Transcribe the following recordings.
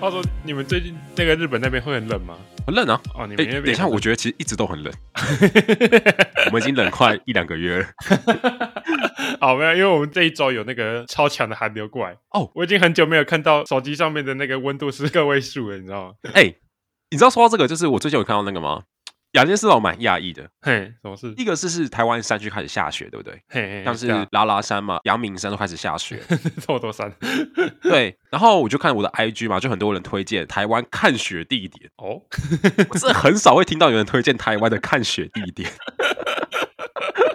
话说，你们最近那个日本那边会很冷吗？很冷啊！哦，你哎、们那边、等一下，我觉得其实一直都很 冷，我们已经冷快一两个月了。 哦没有，因为我们这一周有那个超强的寒流过来。哦我已经很久没有看到手机上面的那个温度是个位数了，你知道 吗？哎、你知道说到这个，就是我最近有看到那个吗？雅件事让我蛮讶异的。嘿，什么事？一个是是台湾山区开始下雪，对不对？嘿，像是拉拉山嘛、阳明山都开始下雪。 这么多山 对，然后我就看我的 IG 嘛，就很多人推荐台湾看雪地点。哦， 我真的很少会听到有人推荐台湾的看雪地点。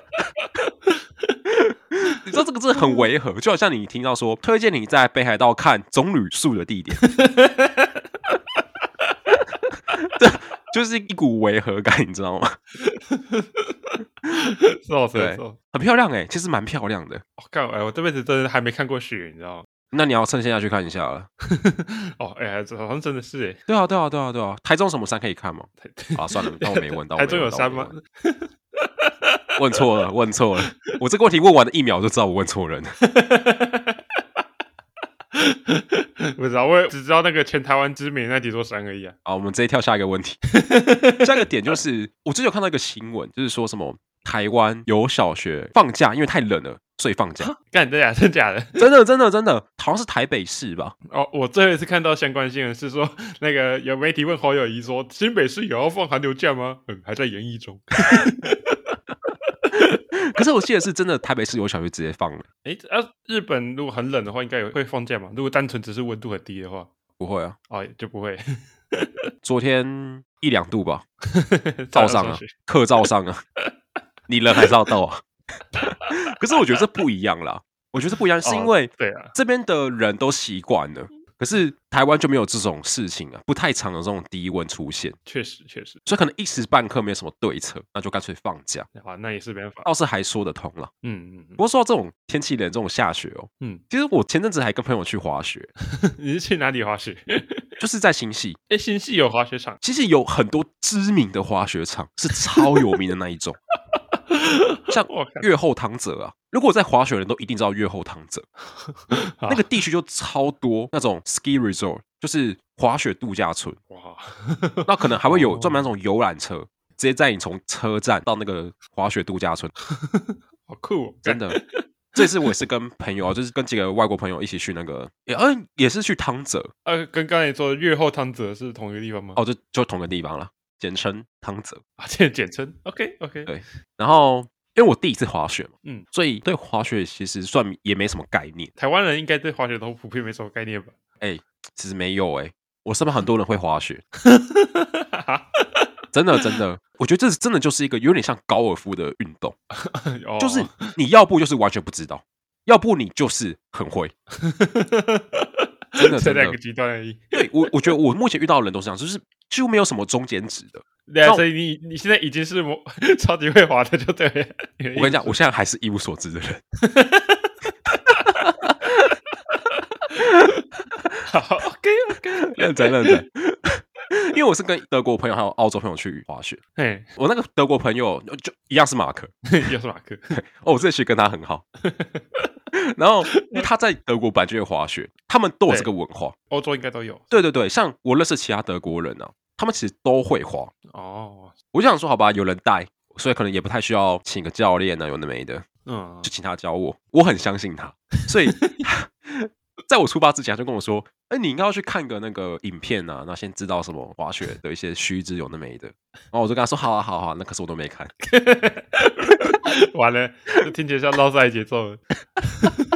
你知道这个真的很违和，就好像你听到说推荐你在北海道看棕榈树的地点， 这就是一股违和感，你知道吗？是哦，是哦对是哦。很漂亮哎、其实蛮漂亮的。我靠，哎，我这辈子真的还没看过雪，你知道吗？ 那你要趁现在去看一下了。哦，哎，这好像真的是哎。对啊，对啊，对啊，对啊。台中什么山可以看吗？啊，算了，当我没问 到。台中有山吗？问错了，问错了。我这个问题问完了一秒就知道我问错人了。 不知道，我也只知道那个全台湾知名的那几座山而已啊。好，我们直接跳下一个问题。下一个点就是，我之前有看到一个新闻，就是说什么台湾有小学放假，因为太冷了，所以放假。 干，真假真假的？真的，真的，真的，好像是台北市吧？哦，我最后一次看到相关新闻是说，那个有媒体问侯友谊说，新北市也要放寒流假吗？嗯，还在研议中。可是我记得是真的，台北市有小学直接放了。诶，啊，日本如果很冷的话，应该有会放假嘛？如果单纯只是温度很低的话，不会啊，哦，也就不会。 昨天一两度吧，照照上啊，课照上啊， 你人还是要到啊。可是我觉得这不一样啦，我觉得这不一样，是因为对啊，这边的人都习惯了，可是台湾就没有这种事情啊，不太常有这种低温出现。确实确实，所以可能一时半刻没有什么对策，那就干脆放假，啊，那也是没办法。倒是还说得通了。嗯嗯不过说到这种天气冷、这种下雪哦，嗯，其实我前阵子还跟朋友去滑雪， 嗯， 你是去哪里滑雪？就是在新系，诶，新系有滑雪场，其实有很多知名的滑雪场是超有名的那一 种，像我看越后汤泽啊。如果在滑雪的人都一定知道越后汤泽，好 那个地区就超多那种 ski resort，就是滑雪度假村。哇，那可能还会有哦专门那种游览车，直接载你从车站到那个滑雪度假村。好酷、哦，真的。这次我也是跟朋友啊，就是跟几个外国朋友一起去那个，也嗯、也是去汤泽呃，跟刚才说的越后汤泽是同一个地方吗？哦，就就同个地方了，简称汤泽。啊，这简称，OK OK，对然后因为我第一次滑雪嘛，嗯，所以对滑雪其实算也没什么概念。台湾人应该对滑雪都普遍没什么概念吧？其实没有哎、我身边很多人会滑雪，真的真的，我觉得这是真的就是一个有点像高尔夫的运动，哦 就是你要不就是完全不知道，要不你就是很会。 真的这真的两个极端而已。对我，我觉得我目前遇到的人都是这样，就是几乎没有什么中间值的。对啊，那我所以你你现在已经是我 超级会滑的，就对了。我跟你讲，我现在还是一无所知的人。 好，OK OK，认真认真。因为我是跟德国朋友还有澳洲朋友去滑雪，嘿， 我那个德国朋友就一样是马克又是马克，哦，我这次跟他很好。 然后因为他在德国本来就会滑雪，他们都有这个文化。欧洲应该都有对对对，像我认识其他德国人啊，他们其实都会滑。哦。我就想说，好吧，有人带，所以可能也不太需要请个教练啊，有的没的，嗯 就请他教我。我很相信他，所以 在我出发之前他就跟我说：“哎、你应该要去看个那个影片啊，那先知道什么滑雪的一些须知有的没的。”然后我就跟他说：“好啊，好啊，好啊那可是我都没看。完了，这听起来像捞赛节奏了。”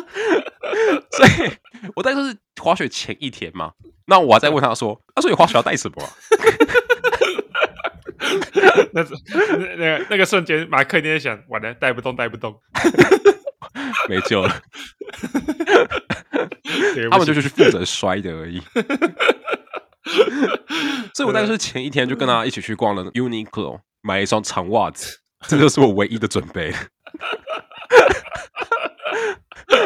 所以我大概就是滑雪前一天嘛，那我还在问他说：“他说你滑雪要带什么、啊那是那那个那个瞬间，马克一定在想，完了，带不动，带不动。？”没救了，对他不们起就是负责摔的而已。 所以我大概就是前一天就跟他一起去逛了 Uniqlo，买了一双长袜子，这就是我唯一的准备了。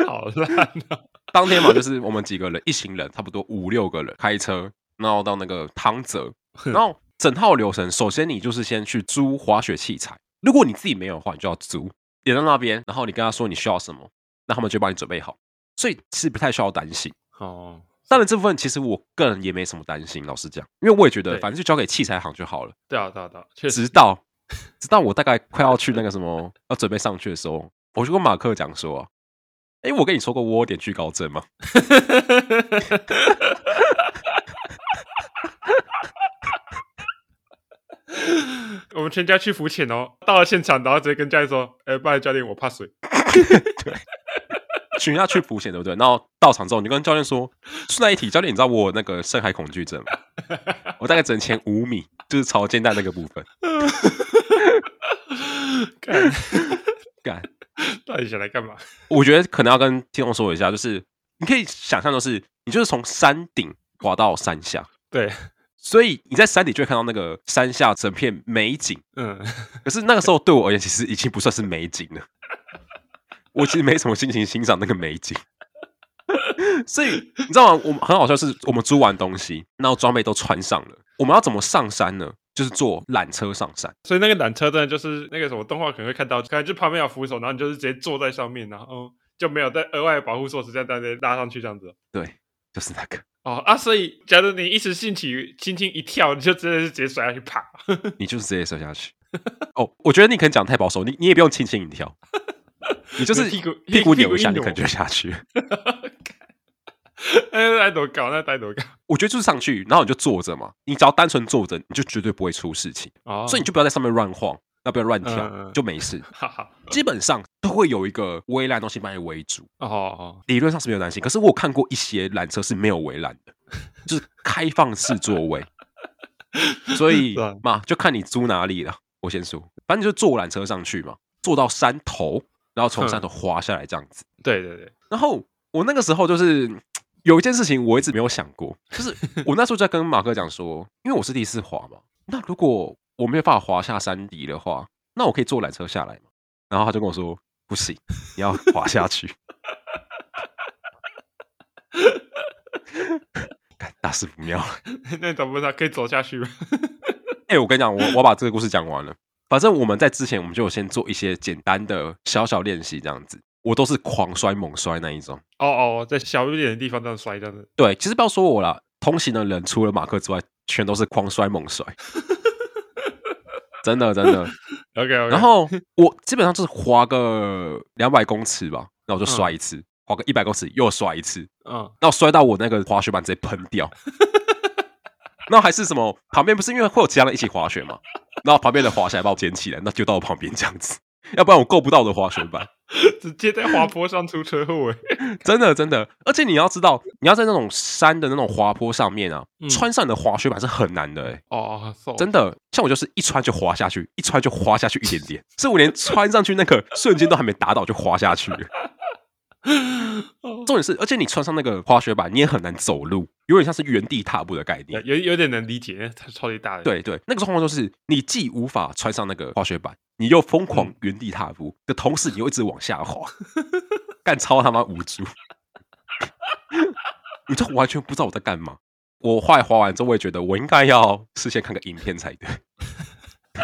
好 烂啊！当天嘛，就是我们几个人，一行人差不多五六个人开车，然后到那个汤泽，然后整套流程，首先你就是先去租滑雪器材，如果你自己没有的话，你就要租，也到那边，然后你跟他说你需要什么，那他们就帮你准备好，所以其实不太需要担心。哦，当然这部分其实我个人也没什么担心，老实讲，因为我也觉得对反正就交给器材行就好了。对啊，对啊，对啊，确实，直到直到我大概快要去那个什么要准备上去的时候，我就跟马克讲说、啊：“哎、我跟你说过我有点惧高症吗？ 我们全家去浮潜哦，到了现场，然后直接跟教练说：“哎、不然教练，我怕水。群要去浮潜对不对？然后到场之后，你就跟教练说：顺带一提，教练，你知道我有那个深海恐惧症吗？我大概只能前五米，就是朝肩带那个部分。干”干，到底想来干嘛？我觉得可能要跟听众说一下，就是你可以想象，就是你就是从山顶滑到山下，对，所以你在山顶就会看到那个山下整片美景。嗯，可是那个时候对我而言，其实已经不算是美景了。 我其实没什么心情欣赏那个美景， 所以你知道吗？我们很好笑，是我们租完东西，然后装备都穿上了，我们要怎么上山呢？就是坐缆车上山。所以那个缆车真的就是那个什么动画可能会看到，可能就旁边有扶手，然后你就是直接坐在上面，然后就没有再额外的保护措施再再再拉上去这样子。对，就是那 个，哦啊，所以假如你一时兴起，轻轻一跳，你就真的是直接摔下去，啪！你就是直接摔下去。哦，我觉得你可能讲得太保守，你你也不用轻轻一跳，你就是屁股屁股扭一下，屁股一扭你可能就下去。 那该多高？那该多高？我觉得就是上去，然后你就坐着嘛，你只要单纯坐着，你就绝对不会出事情。哦所以你就不要在上面乱晃，那不要乱跳，嗯嗯就没事。哈哈，基本上都会有一个围栏的东西把你围住，哦哦，理论上是没有担心。可是我有看过一些缆车是没有围栏的， 就是开放式座 位，所以是啊嘛就看你租哪里了。我先说，反正就坐缆车上去嘛，坐到山头，然后从山头滑下来这样子。对对对，然后我那个时候就是嘖有一件事情我一直没有想过，就是我那时候在跟马克讲说，因为我是第一次滑嘛，那如果我没有办法滑下山底的话，那我可以坐缆车下来嘛？然后他就跟我说，不行，你要滑下去。干大事不妙了！ 那你怎么不知道可以走下去吗？哎、我跟你讲，我我把这个故事讲完了。反正我们在之前，我们就有先做一些简单的小小练习，这样子。我都是狂摔猛摔那一种。 哦哦，在小一点的地方这样摔，这样子。对，其实不要说我啦，同行的人除了马克之外，全都是狂摔猛摔，真的真的。 OK OK，然后我基本上就是滑个两百公尺吧，那我就摔一次，滑个一百公尺又摔一次，嗯，然后摔到我那个滑雪板直接喷掉。那还是什么？旁边不是因为会有其他人一起滑雪嘛？然后旁边的滑起来把我捡起来，那就到我旁边这样子，要不然我够不到我的滑雪板。直接在滑坡上出车祸，哎真的真的，而且你要知道，你要在那种山的那种滑坡上面啊，嗯穿上你的滑雪板是很难的、欸，哦，哦 真的。像我就是一穿就滑下去，一 穿就滑下去一点点， 所以我连穿上去那个瞬间都还没打到就滑下去了。哦重点是，而且你穿上那个滑雪板，你也很难走路，有点像是原地踏步的概有念。有有点能理解，它超级大的，，对对，那个状况就是你既无法穿上那个滑雪板，你又疯狂原地踏步的同时，你又一直往下滑，干超他妈无助， 你就完全不知道我在干嘛。我后来滑完之后，我也觉得我应该要事先看个影片才对，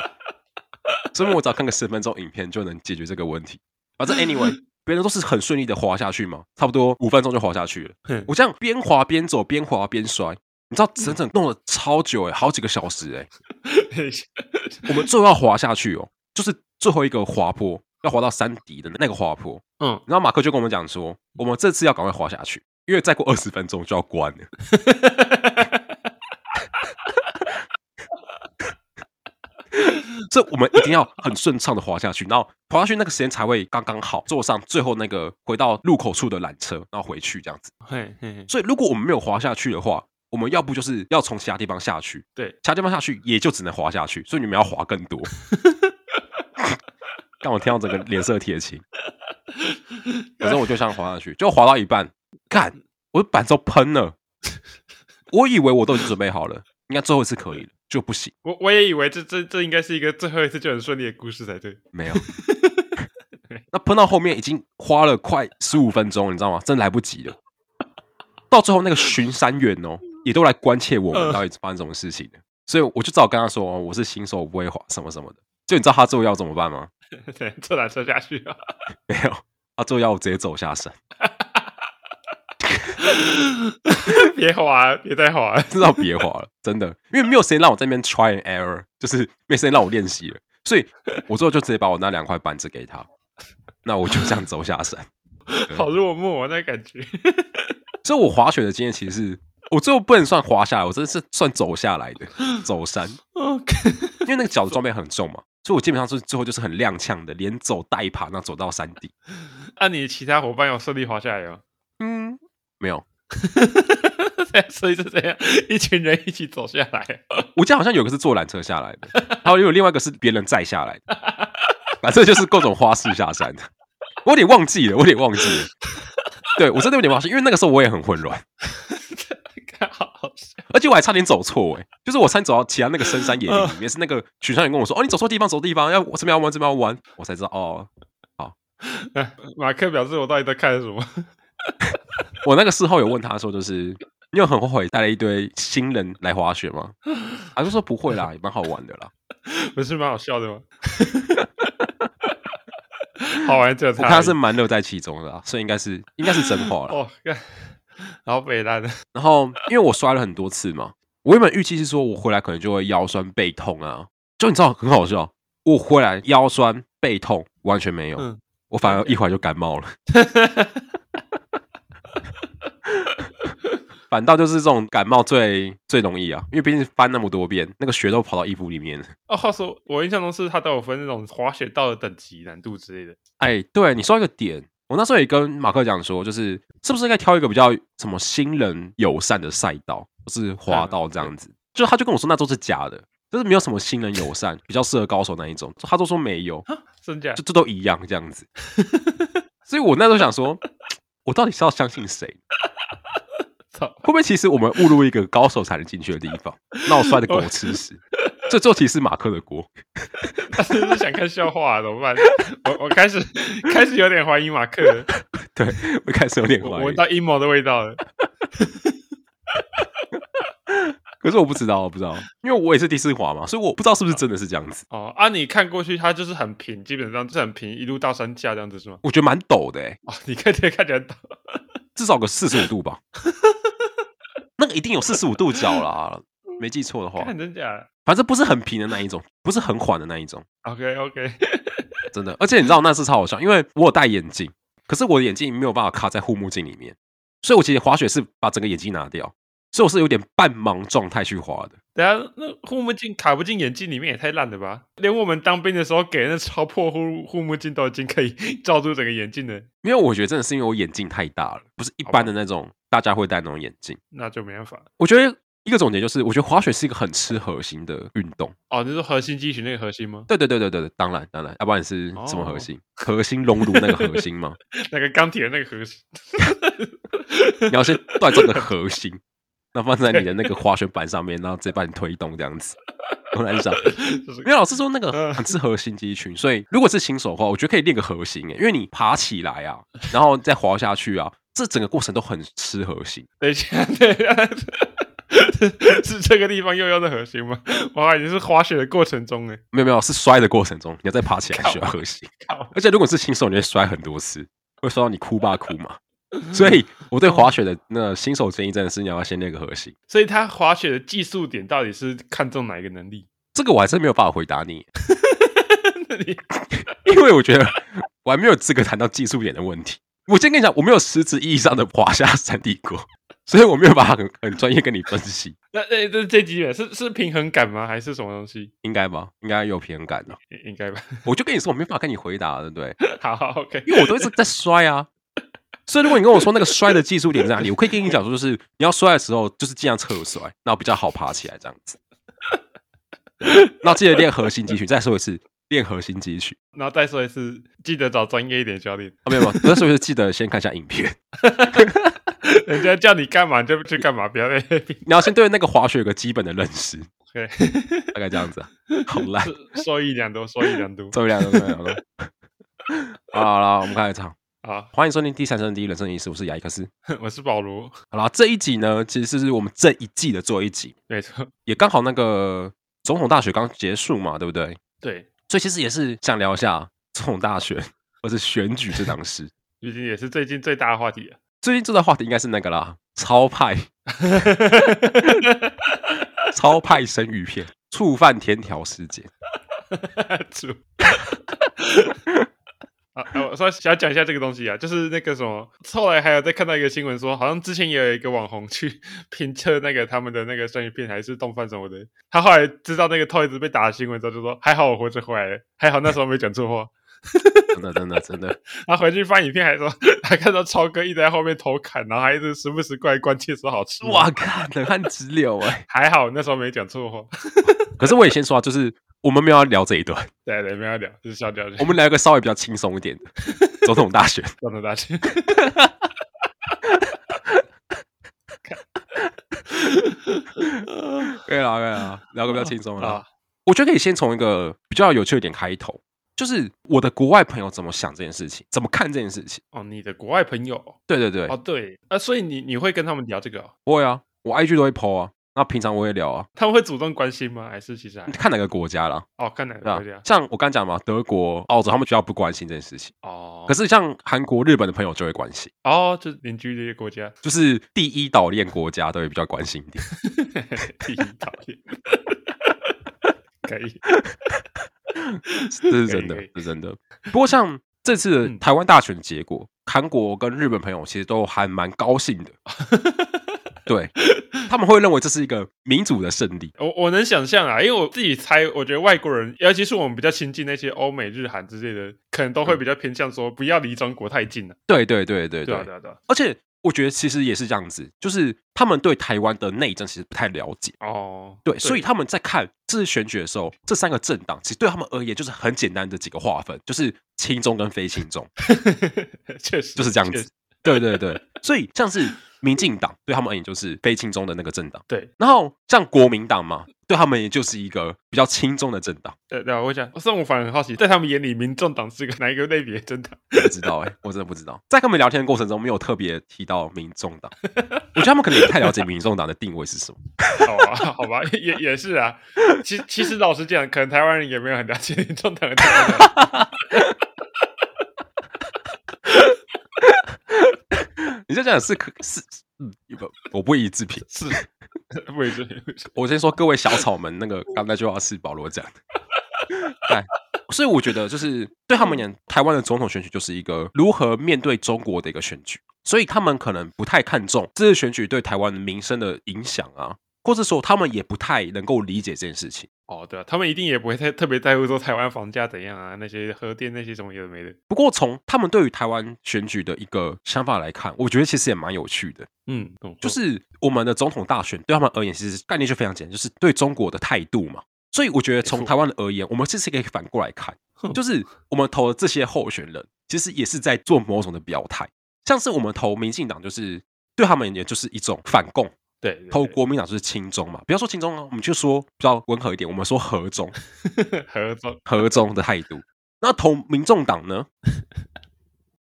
所以我只要看个十分钟影片就能解决这个问题。反正 anyway，别人都是很顺利的滑下去嘛，差不多五分钟就滑下去了。我这样边滑边走，边滑边摔，你知道整整弄了超久哎、好几个小时哎、我们最后要滑下去哦，就是最后一个滑坡，要滑到山底的那个滑坡。 嗯，然后马克就跟我们讲说，我们这次要赶快滑下去，因为再过二十分钟就要关了。这我们一定要很顺畅的滑下去，然后滑下去那个时间才会刚刚好，坐上最后那个回到入口处的缆车，然后回去这样子。嘿嘿嘿，所以如果我们没有滑下去的话，我们要不就是要从其他地方下去，对，其他地方下去也就只能滑下去，所以你们要滑更多。让我听到整个脸色铁青，反正我就想滑下去，就滑到一半，干，我的板都喷了。我以为我都已经准备好了，应该最后一次可以了，就不行，我我也以为这这这应该是一个最后一次就很顺利的故事才对， 没有。那喷到后面已经花了快十五分钟，你知道吗？真来不及了。到最后那个巡山员哦，也都来关切我嗯们到底发生什么事情了，所以我就只好跟他说、哦我是新手，我不会滑什么什么的。就你知道他最后要怎么办吗？对，坐缆车下去啊， 没有，他最后要我直接走下山。别滑，别再滑。知道别滑了，真的，因为没有时间让我在那边 try and error，就是没时间让我练习了，所以我最后就直接把我那两块板子给他，那我就这样走下山。好落寞、啊，那感 觉。所以我滑雪的经验其实是，我最后不能算滑下来，我真的是算走下来的，走山，哦因为那个脚的装备很重嘛，所以我基本上是最后就是很踉跄的，连走带爬，那走到山底。那、啊你其他伙伴有顺利滑下来 吗？嗯，没有，所以是这样，一群人一起走下来。我记得好像有个是坐缆车下来的，还有有另外一个是别人载下来的，反正就是各种花式下山的。我有点忘记了，我有点忘记了。对我真的有点忘记，因为那个时候我也很混乱， 看好好笑，而且我还差点走错哎、就是我差点走到其他那个深山野林里面，是那个许昌远跟我说：“哦，你走错地方，走错地方，要怎么样玩，怎么样玩。”我才知道哦，马克表示我到底在看什 么？我那个事后有问他说，就是你有很后悔带了一堆新人来滑雪吗？他就说不会啦，也蛮好玩的啦。不是蛮好笑的 吗？好玩就我看他是蛮乐在其中的啦，所以应该是应该是真话了。哦，干，然后北烂的，然后因为我摔了很多次嘛，我原本预期是说我回来可能就会腰酸背痛啊，就你知道很好笑，我回来腰酸背痛完全没有，嗯我反而一会儿就感冒了，反倒就是这种感冒最最容易啊，因为毕竟翻那么多遍，那个血都跑到衣服里面了。哦，话说我印象中是他都有分那种滑雪道的等级难度之类的。哎，对你说一个点，我那时候也跟马克讲说，就是是不是应该挑一个比较什么新人友善的赛道，就是滑道这嗯样子。就他就跟我说那都是假的，就是没有什么新人友善，比较适合高手那一种。他都说没有，啊，真假就？这都一样这样子。所以我那时候想说，我到底是要相信谁？ 操！会不会其实我们误入一个高手才能进去的地方？那我摔的狗吃屎，这最后其实是马克的锅。他是不是想看笑话啊？怎么办？我我开始开始有点怀疑马克了，对我开始有点我怀我疑闻，到阴谋的味道了。可是我不知道，我不知道，因为我也是第四滑嘛，所以我不知道是不是真的是这样子。哦，啊，你看过去，它就是很平，基本上就是很平，一路到山下这样子是吗？我觉得蛮陡的、欸，哦，你看这看起来很陡，至少个四十五度吧。那个一定有四十五度角啦，没记错的话，看真假反正不是很平的那一种，不是很缓的那一种， ？OK OK，真的。而且你知道那次超好笑，因为我有戴眼镜，可是我的眼镜没有办法卡在护目镜里面，所以我其实滑雪是把整个眼镜拿掉，所以我是有点半盲状态去滑的。 等一下那护目镜卡不进眼镜里面也太烂了吧？连我们当兵的时候给那超破护护目镜都已经可以 罩住整个眼镜了，因为我觉得真的是因为我眼镜太大了，不是一般的那种大家会戴那种眼镜。那就没办法。我觉得一个总结就是，我觉得滑雪是一个很吃核心的运动。哦，你是核心肌群那个核心吗？对对对对对，对当然当然，要不然是什么哦核心？核心熔炉那个核心吗？那个钢铁的那个核心？ 你要先断这个核心，那放在你的那个滑雪板上面，然后直接把你推动这样子。我来想，就是 因为老师说那个嗯很吃核心肌群，所以如果是新手的话，我觉得可以练个核心诶、欸因为你爬起来啊，然后再滑下去啊，这整个过程都很吃核心。等一下，等一下， 是是这个地方又要的核心吗？ 哇，你是滑雪的过程中哎，没有没有，是摔的过程中，你要再爬起来靠需要核心。 靠，而且如果是新手，你会摔很多次，会摔到你哭吧哭 嘛。所以我对滑雪的那新手建议真的是你要先练个核心。所以他滑雪的技术点到底是看重哪一个能力？ 这个我还真没有办法回答你， 那你因为我觉得我还没有资格谈到技术点的问题。我先跟你讲，我没有实质意义上的滑下山地过， 所以我没有办法很很专业跟你分析，那那这这几点是是平衡感吗？还是什么东西？应该吧？应该有平衡感的、应应该吧。 我就跟你说，我没办法跟你回答，对不对？好好，OK。因为我都一直在摔啊。所以如果你跟我说那个摔的技术点在哪里，我可以跟你讲说，就是你要摔的时候，就是尽量侧摔，那比较好爬起来这样子。那记得练核心肌群，再说一次，练核心肌群。然后再说一次，记得找专业一点教练。啊，没有没有，那时候就记得先看一下影片，人家叫你干嘛你就去干嘛，不要在那边。你要先对那个滑雪有个基本的认识， OK， 大概这样子啊。好烂，受益良多，受益良多。周两周两周。好啦好啦，我们开场，好， 欢迎收听第三声第一人生的意思，我是亚历克斯。我是保罗，好啦，这一集呢，其实是我们这一季的最后一集，没错，也刚好那个总统大选刚结束嘛，对不对？对，所以其实也是想聊一下总统大选 或是选举这档事。毕竟也是最近最大的话题了。 最近这段话题应该是那个啦，超派 超派生鱼片触犯天条事件。 猪。啊，啊我稍微想讲一下这个东西啊，就是那个什么，后来还有再看到一个新闻说，好像之前也有一个网红去 评测那个他们的那个生鱼片还是冻饭什么的，他后来知道那个 Toys 被打的新闻之后，就说还好我活着回来了，还好那时候没讲错话。真的，真的，真的，他回去翻影片还说， 还看到超哥一直在后面偷看，然后还一直时不时过来关切说好吃吗， 哇，看冷汗直流哎、还好那时候没讲错话。 可是我也先说啊，就是我们没有要聊这一 段，对对，没有聊，就是笑掉，我们聊一个稍微比较轻松一点 的总统大 选。撞到大去。可以啦，可以啦，聊个比较轻 松的啦啊。我觉得可以先从一个比较有趣的点开头，就是我的国外朋友怎么想这件事情，怎么看这件事情。哦，你的国外朋友对对对哦，，对啊，所以你你会跟他们聊这个、哦，不会啊，我 IG 都会 PO 啊，那平常我也聊啊，他们会主动关心吗？还是其实还看哪个国家啦，哦，看哪对吧、个国家像我刚讲嘛，德国、澳洲他们比较不关心这件事情，哦，可是像韩国、日本的朋友就会关心，哦，就是邻居的一个国家，就是第一岛链国家都会比较关心一 点。第一讨厌， 可以，这是真的可以可以，这是真的。不过像这次的嗯台湾大选的结果，韩国跟日本朋友其实都还蛮高 兴的，对他们会认为这是一个民主的胜利。我我能想象啊，因为我自己猜，我觉得外国人，尤其是我们比较亲近那些欧美、日韩之类的，可能都会比较偏向说不要离中国太近了、对对对嗯对对对啊，，对啊，对啊。而且我觉得其实也是这样子，就是他们对台湾的内政其实不太了解。哦，对，所以他们在看这次选举的时候，这三个政党其实对他们而言就是很简单的几个划分，就是亲中跟非亲中。确实就是这样确子实。对对对，所以像是民进党对他们而言就是非亲中的那个政党，对。然后像国民党嘛，对他们也就是一个比较亲中的政党。对对啊，我想，虽然我反而很好奇，在他们眼里，民众党是个 哪一个类别的政党？我不知道哎、我真的不知道。在跟他们聊天的过程中，没有特别提到民众党，我觉得他们可能也不太了解民众党的定位是什么。好吧，好吧，也也是啊。其其实老实讲，可能台湾人也没有很了解民众党的政党。你这讲是可是嗯，不，我不会一致评。是，不一定。我先说各位小草们，那个刚才就要是保罗讲的。对，所以我觉得就是对他们而言，台湾的总统选举就是一个如何面对中国的一个选举，所以他们可能不太看重这次选举对台湾民生的影响啊，或者说他们也不太能够理解这件事情。 哦，对啊，他们一定也不会太特别在乎说台湾房价怎样啊，那些核电那些什么有的没的。不过从他们对于台湾选举的一个想法来看，我觉得其实也蛮有趣的。嗯，懂就是我们的总统大选对他们而言，其实概念就非常简单，就是对中国的态度嘛。所以我觉得从没错台湾的而言，我们这次可以反过来看，就是我们投的这些候选人，其实也是在做某种的表态。像是我们投民进党，就是对他们也就是一种反共；对对 投国民党就是亲中嘛。不要说亲中啊，我们就说比较温和一点，我们说和中， 对合 作和中的态度。那投民众党呢？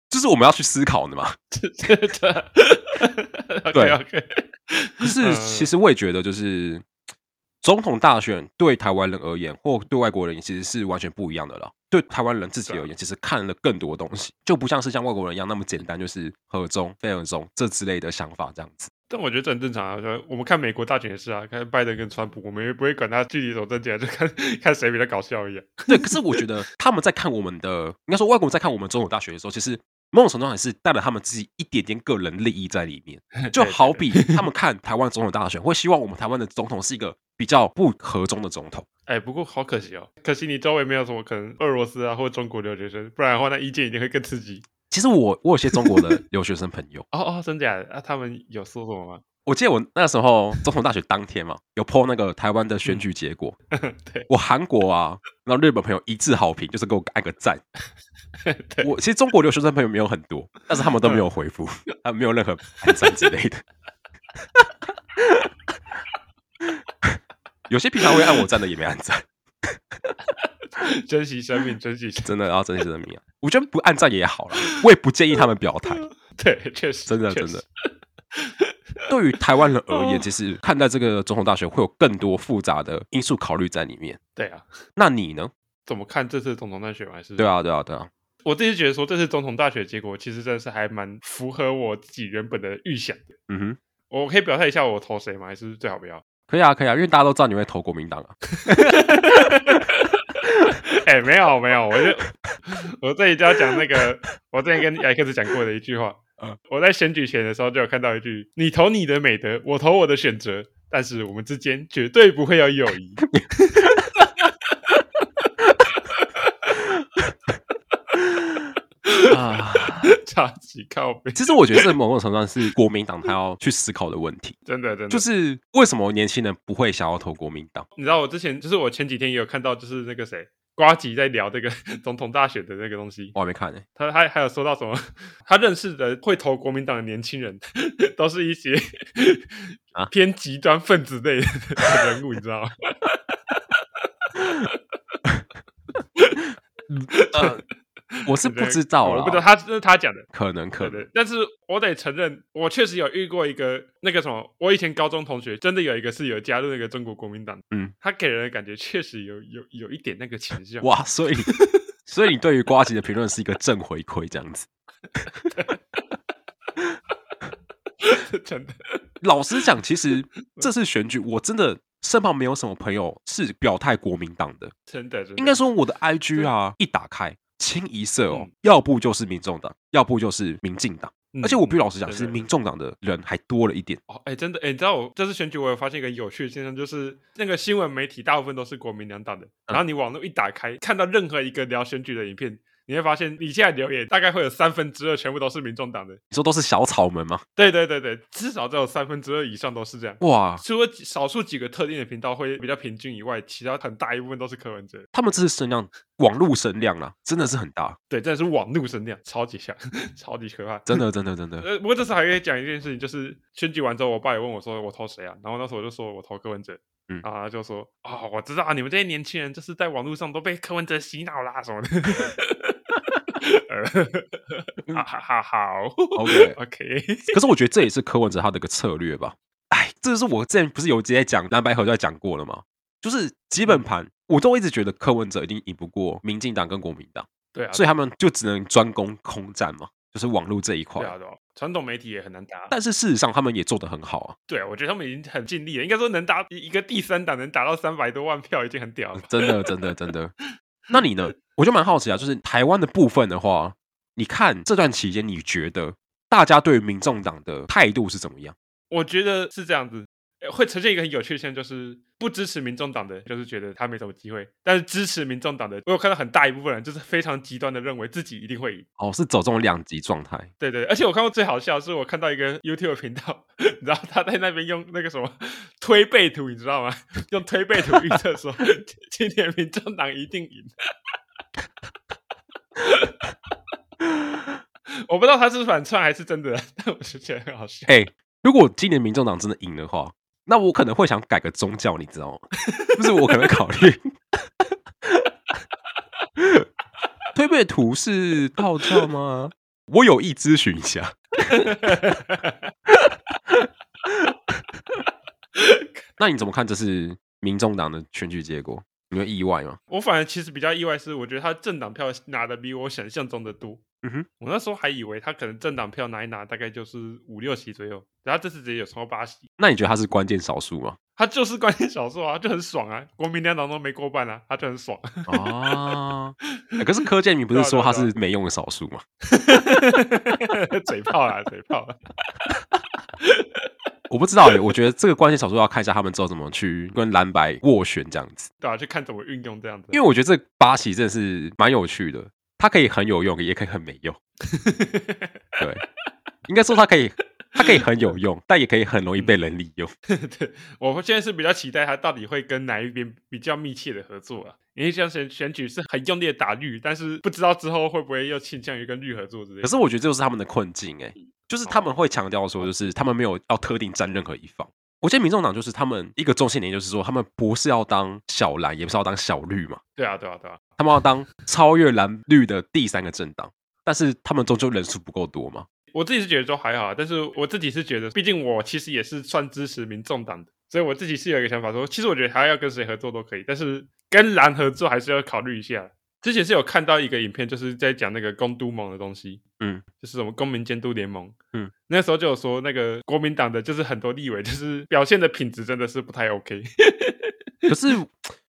就是我们要去思考的嘛。这这 这。对 OK，可是嗯其实我也觉得，就是总统大选对台湾人而言，或对外国人其实是完全不一样的了。对台湾人自啊己而言，其实看了更多东西，就不像是像外国人一样那么简单，就是和中、非和中这之类的想法这样子。但我觉得这很正常啊。就我们看美国大选也是啊，看拜登跟川普，我们也不会管他具体怎么政见，就看 看谁比较搞笑一啊样。对，可是我 觉得他们在看我们的，应该说外国人在看我们总统大学的时候，其实某种程度上还是带了他们自己一点点个人利益在里面。就对对好对比他们看台湾总统大选，会希望我们台湾的总统是一个比较不和中的总统。哎，不过好可惜哦，可惜你周围没有什么可能俄罗斯啊或中国留学生，不然的话那意见一定会更刺激。其实我我有些中国的留学生朋友。哦哦，真假的？啊，他们有说什么吗？ 我记得我那时候总统大选当天嘛，有 PO 那个台湾的选举结果，嗯 对我韩国啊，然后日本朋友一致好评，就是给我按个赞。对，嗯我其实中国留学生朋友没有很多，但是他们都没有回复， 他们没有任何按赞之类的。有些平常会按我赞的也没按赞， 珍惜生命，珍惜生 真的，然后真的是命啊！我觉得不按赞也好了，我也不建议他们表 态。对，确实，真的确真实的。对于台湾人而哦言，其实看待这个总统大选会有更多复杂的因素考虑在里面。对啊。那你呢？怎么看这次总统大选还是对，啊，对啊，对啊。我自己觉得说这次总统大选结果其实真的是还蛮符合我自己原本的预想的。嗯哼，我可以表态一下我投谁吗？还是最好不要？可以啊，可以啊，因为大家都知道你会投国民党啊。 哎、没有没有，我就我这里就要讲那个我之前跟艾克斯讲过的一句话。嗯我在选举前的时候就有看到一句：“你投你的美德，我投我的选择，但是我们之间绝对不会有友谊。 啊，”超级靠背，其实我觉得这某种程度上是国民党他要去思考的问题，真的真的，就是为什么年轻人不会想要投国民党？你知道我之前就是我前几天也有看到，就是那个谁瓜吉在聊这个总统大选的那个东西，我还没看呢、他他还有说到什么，他认识的会投国民党的年轻人， 都是一些啊偏极端分子类的人物，你知道吗？呃，我是不知道我啦，哦不知道他这是他讲的。可能哦可对能对，但是我得承认，我确实有遇过一个那个什么，我以前高中同学真的有一个是有加入那个中国国民党，嗯，他给人的感觉确实有有有一点那个倾向，哇，所以所以你对于瓜吉的评论是一个正回馈这样子。真的，老实讲，其实这次选举，我真的身旁没有什么朋友是表态国民党的。真的，真的应该说，我的 IG 啊，一打开清一色哦，嗯要不就是民众党，要不就是民进党。嗯而且我必须老实讲，对其对实对民众党的人还多了一点。哦，哎、真的，哎、你知道我这次选举，我有发现一个有趣的现象，就是那个新闻媒体大部分都是国民两嗯党的，然后你网络一打开，看到任何一个聊选举的影片，你会发现你现在留言大概会有三分之二全部都是民众党的，你说都是小草们吗？对对对对，至少只有三分之二以上都是这样。哇，除了少数几个特定的频道会比较平均以外，其他很大一部分都是柯文哲。他们这次声量，网络声量啊，真的是很大，对，真的是网路声量，超级响， 超级可怕。真的，真 的，真的。呃，不过这次还可以讲一件事情，就是选举完之后，我爸也问我说我投谁啊？然后那时候我就说我投柯文哲，嗯然后他就说哦，我知道你们这些年轻人就是在网络上都被柯文哲洗脑啦什么的。 呃 哈哈哈，好 OK OK，可是我觉得这也是柯文哲他的一个策略吧。哎，这是我之前不是有直接讲蓝白合就在讲过了吗？就是基嗯本盘，我都一直觉得柯文哲一定赢不过民进党跟国民党，对啊，所以他们就只能专攻空战嘛，就是网络这一块对。啊，对啊，传统媒体也很难打。但是事实上，他们也做得很好啊，对，我觉得他们已经很尽力了，应该说能打一个第三档能打到三百多万票已经很屌了吧。真的，真的，真的。那你呢？我就蛮好奇啊，就是台湾的部分的话，你看这段期间，你觉得大家对于民众党的态度是怎么样？我觉得是这样子，呃会呈现一个很有趣的现象，就是不支持民众党的，就是觉得他没什么机会；但是支持民众党的，我有看到很大一部分人就是非常极端的认为自己一定会赢。哦，是走这种两极状态。对对，对而且我看过最好笑的是，我看到一个 YouTube 频道， 你知道他在那边用那个什么推背图，你知道吗？ 用推背图预测说今年民众党一定赢。 我不知道他是反串还是真的， 但我是觉得很好笑。哎、如果今年民众党真的赢的话，那我可能会想改个宗教，你知道吗？就是我可能会考虑。 推背图是道教吗？我有意咨询一下。 那你怎么看这是民众党的选举结果？你会意外吗？我反而其实比较意外是，我觉得他政党票拿的比我想象中的多。嗯哼，我那时候还以为他可能政党票拿一拿，大概就是五六席左右，然后这次直接有超过八席，那你觉得他是关键少数吗？他就是关键少数啊，就很爽啊！国民两党都没过半啊，他就很 爽。啊、欸可是柯建明不是说他是没用的少数吗？嘴炮啊，嘴炮、啊！我不知道欸耶，我觉得这个关键少数要看一下他们之后怎么去跟蓝白斡旋这样子，对啊，就看怎么运用这样子。因为我觉得这八席真的是蛮有趣的，它可以很有用，也可以很没用。对，应该说它可以，它可以很有用，但也可以很容易被人利用。对，我现在是比较期待他到底会跟哪一边比较密切的合作啊。因为像选选举是很用力的打绿，但是不知道之后会不会又倾向于跟绿合作之类的。可是我觉得这就是他们的困境、欸，就是他们会强调说，就是他们没有要特定站任何一方。我觉得民众党就是他们一个中心点，就是说他们不是要当小蓝，也不是要当小绿嘛，对啊，对啊，对啊，他们要当超越蓝绿的第三个政党，但是他们终究人数不够多嘛。我自己是觉得都还好啊，但是我自己是觉得，毕竟我其实也是算支持民众党的，所以我自己是有一个想法说，其实我觉得他要跟谁合作都可以，但是跟蓝合作还是要考虑一下。之前是有看到一个影片，就是在讲那个公都盟的东西，嗯，就是什么公民监督联盟，嗯，那时候就有说那个国民党的就是很多立委就是表现的品质真的是不太 OK， 可是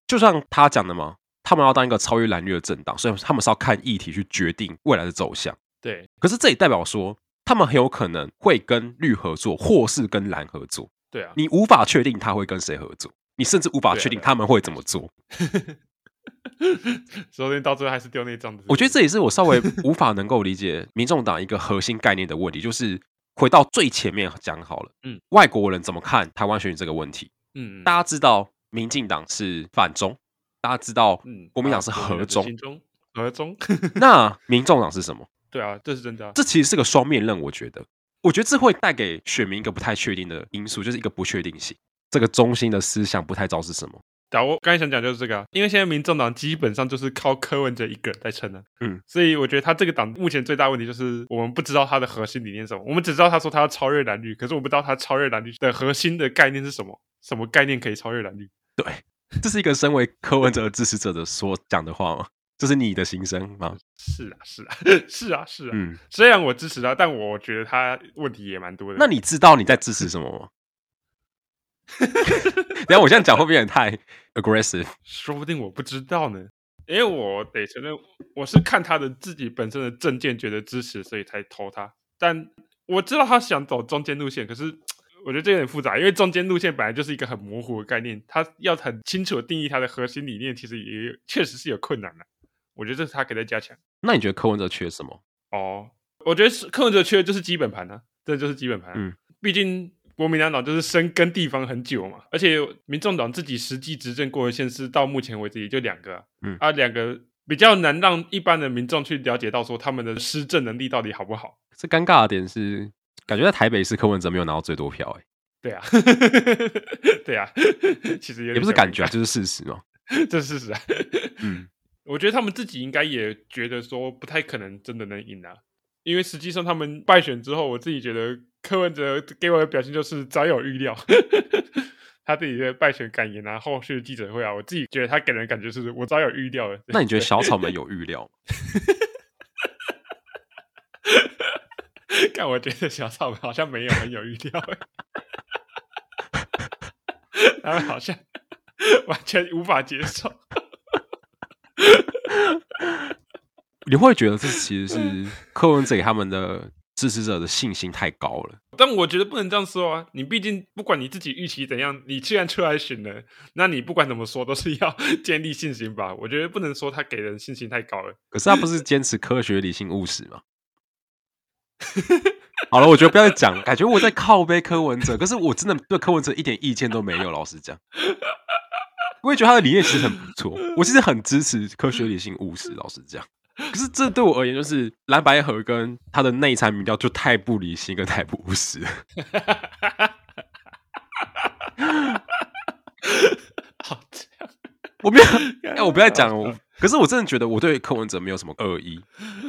就像他讲的嘛，他们要当一个超越蓝绿的政党，所以他们是要看议题去决定未来的走向。对可是这也代表说，他们很有可能会跟绿合作，或是跟蓝合作。对啊， 你无法确定他会跟谁合作，你甚至无法对啊确定对啊他们会怎么做。说不定到最后还是丢那张的。我觉得这也是我稍微无法能够理解 民众党一个核心概念的问题，就是回到最前面讲好了，嗯，外国人怎么看台湾选举这个问题？嗯，嗯大家知道民进党是反中，大家知道嗯，国民党是和中心中和中， 那民众党是什么？对啊，这是真的啊、这其实是个双面刃，我觉得，我觉得这会带给选民一个不太确定的因素，就是一个不确定性。这个中心的思想不太知道是什么。打我刚才想讲就是这个、啊，因为现在民众党基本上就是靠柯文哲一个人在撑的、啊嗯，所以我觉得他这个党目前最大问题就是我们不知道他的核心理念是什么，我们只知道他说他要超越蓝绿，可是我不知道他超越蓝绿的核心的概念是什么，什么概念可以超越蓝绿？这是一个身为柯文哲支持者的所讲的话吗？这是你的心声吗？是啊， 是啊，是啊，是啊。嗯，虽然我支持他，但我觉得他问题也蛮多的。那你知道你在支持 什么吗？ 等一下我这样讲会不会有点太 aggressive？说不定我不知道呢，因为我得承认，我是看他的自己本身的证件觉得支持，所以才投他。但我知道他想走中间路线，可是我觉得这有点复杂，因为中间路线本来就是一个很模糊的概念，他要很清楚的定义他的核心理念，其实也有确实是有困难的、我觉得这是他可以再加强。那你觉得柯文哲缺什么？哦，我觉得是柯文哲缺的就是基本盘啊，这就是基本盘啊、嗯毕竟国民党党就是深耕地方很久嘛，而且民众党自己实际执政过的县市到目前为止也就两个啊，嗯啊两个比较难让一般的民众去了解到说他们的施政能力到底好不好。这尴尬的点是，感觉在台北市柯文哲没有拿到最多票、欸，对啊， 对啊， 其实有点也不是小感尴觉啊，就是事实 嘛。尬，这是事实啊。嗯，我觉得他们自己应该也觉得说不太可能真的能赢啊，因为实际上他们败选之后，我自己觉得柯文哲给我的表现就是早有预料， 他自己的败选感言啊，后续记者会啊，我自己觉得他给人感觉是我早有预料了。那 你觉得小草们有预料吗？但我觉得小草们好像没有很有预料、欸， 他们好像完全无法接受。你会觉得这其实是柯文哲给他们的支持者的信心太高了。但我觉得不能这样说啊！你毕竟不管你自己预期怎样，你既然出来选了，那你不管怎么说都是要 建立信心吧。我觉得不能说他给人信心太高了。可是他不是坚持科学、理性、务实吗？好了，我觉得不要再讲了，感觉我在靠背柯文哲，可是我真的对柯文哲一点意见都没有。老实讲，我也觉得他的理念其实很不错，我其实很支持科学、理性、务实。老实讲，可是这对我而言就是蓝白河跟他的内参民调就太不理性跟太不务实了。好，这样我没有，哎，我不要讲了。我可是我真的觉得我对柯文哲没有什么恶意，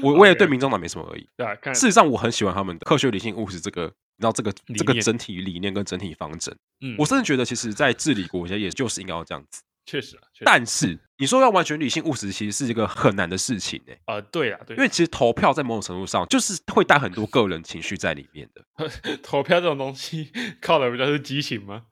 我我也对 OK 民众党没什么恶意。对啊，看事实上，我很喜欢他们的科学、理性、务实这个，你知道这个理念这个整体理念跟整体方针。嗯，我甚至觉得，其实，在治理国家，也就是应该要这样子。确实啊，确实但是，你说要完全理性务实，其实是一个很难的事情诶、啊、呃对啊，对，因为其实投票在某种程度上，就是会带很多个人情绪在里面的。 投票这种东西 靠的不就是激情吗？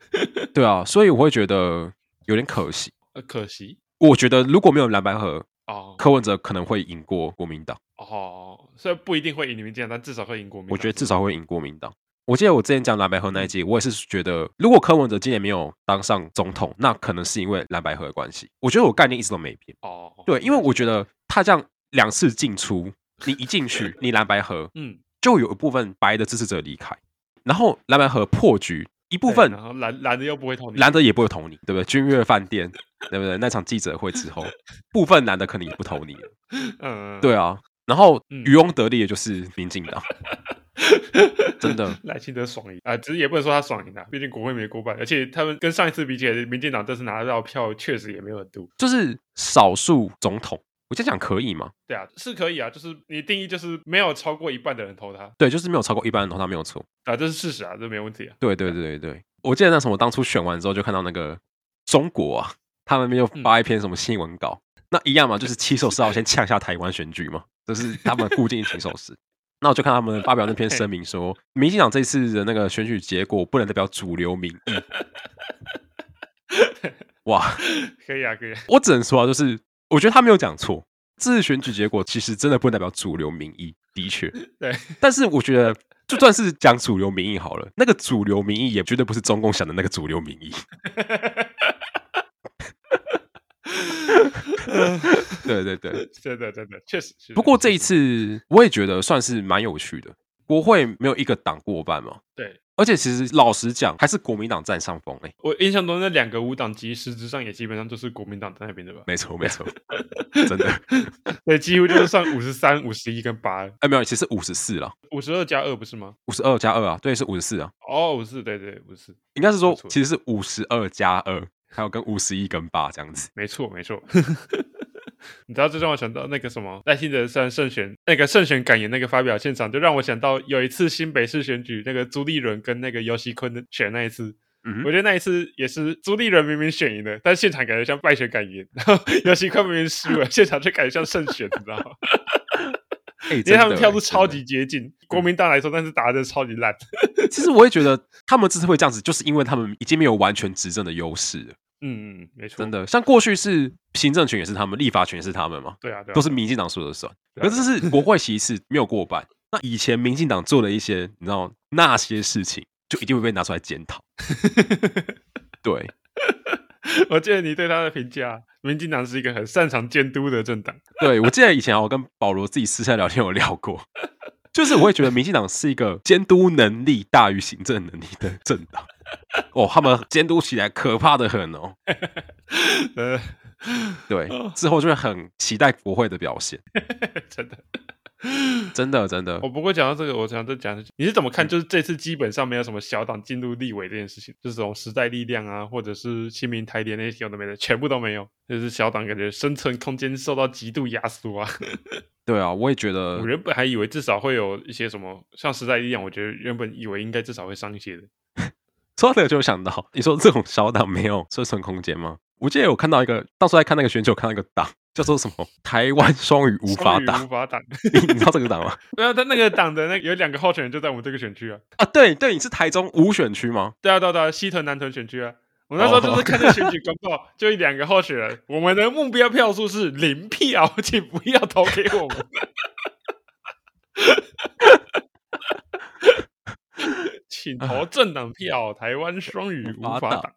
对啊，所以我会觉得有点可惜。呃，可惜我觉得如果没有蓝白河，哦柯文哲可能会赢过国民党。哦，虽然不一定会赢你们这样，但至少会赢国民党。我觉得至少会赢国民党。我记得我之前讲蓝白河那嗯一集，我也是觉得，如果柯文哲今年没有当上总统，那可能是因为蓝白河的关系。我觉得我概念一直都没变，哦，对，因为我觉得他这样两次进出，你一进去，你蓝白河嗯，就有一部分白的支持者离开，然后蓝白河破局，一部部分然后蓝蓝的又不会投你，蓝的也不会投你，对不对？君悦饭店，对不对？那场记者 会之后，部分蓝的可能也不投你了，嗯，对啊。然后嗯渔翁得利的就是民进党， 真的。赖清德爽赢啊、只是也不能说他爽赢啊，毕竟国会没过半，而且他们跟上一次比起来，民进党这次拿到票确实也没有很多。就是少数总统，我这样讲可以吗？对啊，是可以啊，就是你定义就是没有超过一半的人投他对，就是没有超过一般人投他没有错。啊，这是事实啊，这没问题啊。对对对对对，我记得那什么当初选完之后就看到那个中国啊，他们没有发一篇什么新闻稿，那一样嘛，就是骑手是要先呛下台湾选举嘛，这是他们固定骑手是。那我就看他们发表那篇声明说，民进党这次的那个选举结果不能代表主流民意。哇，可以啊，可以啊， 我只能说啊，就是我觉得他没有讲错，这次选举结果其实真的不能代表主流民意，的确。对，但是我觉得就算是讲主流民意好了，那个主流民意也绝对不是中共想的那个主流民意。对对对，真的真的确实。确实不过这一次我也觉得算是蛮有趣的，国会没有一个党过半嘛，对而且其实老实讲，还是国民党占上风哎嘞、我印象中那两个无党籍实质上也基本上就是国民党在那边的吧？ 没错没错，真的，对，几乎就是算五十三、五十一跟八，哎没有，其实五十四了，五十二加二不是吗？五十二加二啊，对，是五十四啊，哦，五四，对对，五四，应该是说没错其实是五十二加二，还有跟五十一跟八这样子。没错没错。 你知道这让我想到那个什么赖清德虽然胜选，那个胜选感言那个发表现场，就让我想到有一次新北市选举，那个朱立伦跟那个尤熙坤的选那一次，我嗯觉哼，得那一次也是朱立伦明明选赢了，但现场感觉像败选感言，然后 尤熙坤明明输了，现场就感觉像胜选，你知道 吗？哎因为他们跳出出超级接近，国民党来说，但是打的超级烂。其实我也觉得他们之所以这样子，就是因为他们已经没有完全执政的优势了。嗯，嗯，没错，真，的，像过去是行政权也是他们，立法权也是他们嘛，对啊，对啊，都是民进党说了算。对啊可是这是国会席次没有过半，那以前民进党做的一些，你知道那些事情，就一定会被拿出来检讨。对， 我记得你对他的评价，啊民进党是一个很擅长监督的政党。对我记得以前啊我跟保罗自己私下聊天有聊过，就是我会觉得民进党是一个监督能力大于行政能力的政党。哦，他们监督起来可怕的很哦。呃，对，哦之后就会很期待国会的表现， 真的。真的真的我。不过讲到这个，我想再讲，你是怎么嗯看？就是这次基本上没有什么小党进入立委这件事情，就是这种时代力量啊，或者是亲民台联那些有的没的，全部都没有。就是小党感觉生存空间受到极度压缩啊。对啊，我也觉得我原本还以为至少会有一些什么，像时代力量，我觉得原本以为应该至少会上一些的。说到这个就想到，你说这种小党没有生存空间吗？我记得有看到一个，当时在看那个选举，有看到一个党叫做什么“台湾双语无法双语党无法 党。”，你你知道这个党吗？ 没有，但那个党的那有两个候选人就在我们这个选区啊。啊，对对，你是台中五选区吗？对啊，对啊，对啊，西屯、南屯选区啊。我那时候就是看这选举公报，就一两个候选人，我们的目标票数是零票，请不要投给我们。 请投政党票，台湾双语无法无法党党。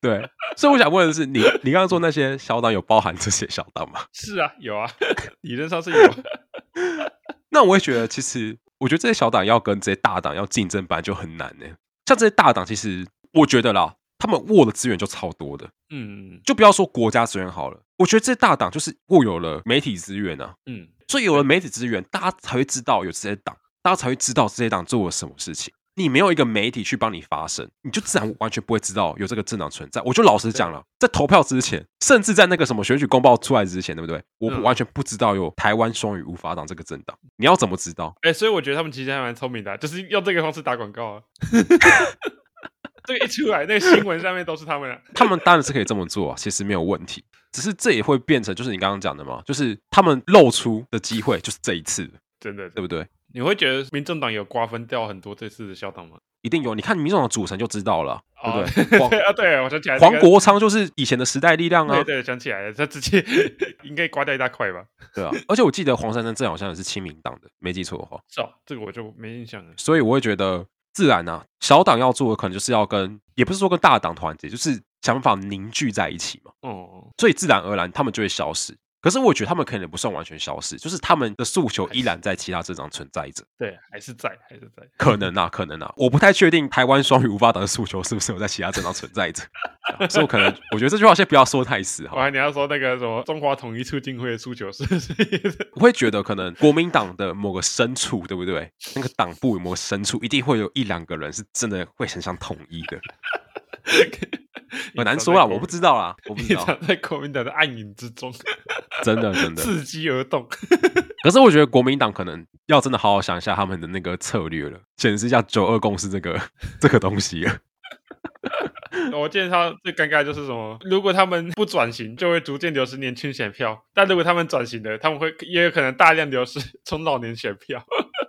对，所以我想问的是，你你刚刚说那些小党有包含这些小党吗？是啊，有啊， 理论上是有啊。那我也觉得，其实我觉得这些小党要跟这些大党要竞争，本来就很难呢、像这些大党，其实我觉得啦，他们握的资源就超多的，嗯就不要说国家资源好了，我觉得这些大党就是握有了媒体资源啊，嗯，所以有了媒体资源，大家才会知道有这些党，大家才会知道这些党做了什么事情。你没有一个媒体去帮你发声，你就自然完全不会知道有这个政党存在。我就老实讲了，在投票之前，甚至在那个什么选举公报出来之前，对不对？我嗯完全不知道有台湾双语无法党这个政党。你要怎么知道？哎、所以我觉得他们其实还蛮聪明的啊、就是用这个方式打广告啊。这个一出来，那个新闻上面都是他们啊。他们当然是可以这么做啊，其 实没有问题。只是这也会变成就是你刚刚讲的嘛，就是他们露出的机会就是这一次，真的，真的对不对？你会觉得民政党有瓜分掉很多这次的小党吗？一定有，你看民众党组成就知道了，哦对不对？ 对啊，对，我想起来、那黄个，国昌就是以前的时代力量啊对，对，想起来了，他直接应该刮掉一大块吧？对啊，而且我记得黄珊珊这好像也是亲民党的，没记错的话，是哦，这个我就没印象了。所以我会觉得自然啊，小党要做的可能就是要跟，也不是说跟大党团结，就是想法凝聚在一起嘛，哦，所以自然而然他们就会消失。可是我觉得他们可能也不算完全消失，就是他们的诉求依然在其他政党存在着，对，还是在，还是在。可能啊，可能啊，我不太确定台湾双语无法党的诉求是不是有在其他政党存在着，对啊所以我可能我觉得这句话先不要说太死我好了，还你要说那个什么中华统一促进会的诉求是不是？我会觉得可能国民党的某个深处，对不 对？那个党部有某个深处，一定会有一两个人是真的会很想统一 的， 很难说啦，啊我不知道 啦，我不知你道，藏在国民党的暗影之中，真的真的。伺机而动。 可是我觉得国民党可能要真的好好想一下他们 的那个策略了，显示一下九二共识这个这个东西了。我见他最尴尬的就是什么？如果他们不转型，就会逐渐流失年轻选票；但如果他们转型了，他们会也有可能大量流失中老年选票。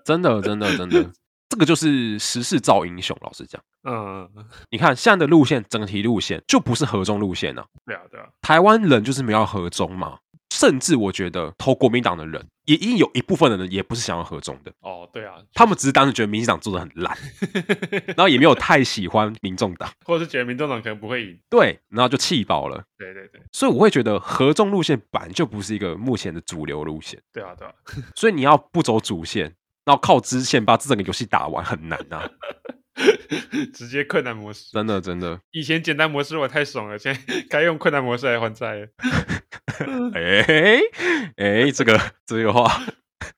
真的，真的，真的，这个就是时势造英雄。老实讲，嗯，你看现在的路线，整体路线就不是合中路线啊。对啊，对啊，台湾人就是没有要合中嘛，甚至我觉得投国民党的人，也一定有一部分的人也不是想要合中的，哦，对啊，他们只是单纯觉得民进党做的很烂，然后也没有太喜欢民众党，或者是觉得民众党可能不会赢。对，然后就气饱了。对对对，所以我会觉得合众路线本来就不是一个目前的主流路线，对啊，对 啊，所以你要不走主线，然后靠支线把这整个游戏打完很难啊，直接困难模式。真的真的。以前简单模式我太爽了，现在 该用困难模式来还债了。哎哎，这个这个话，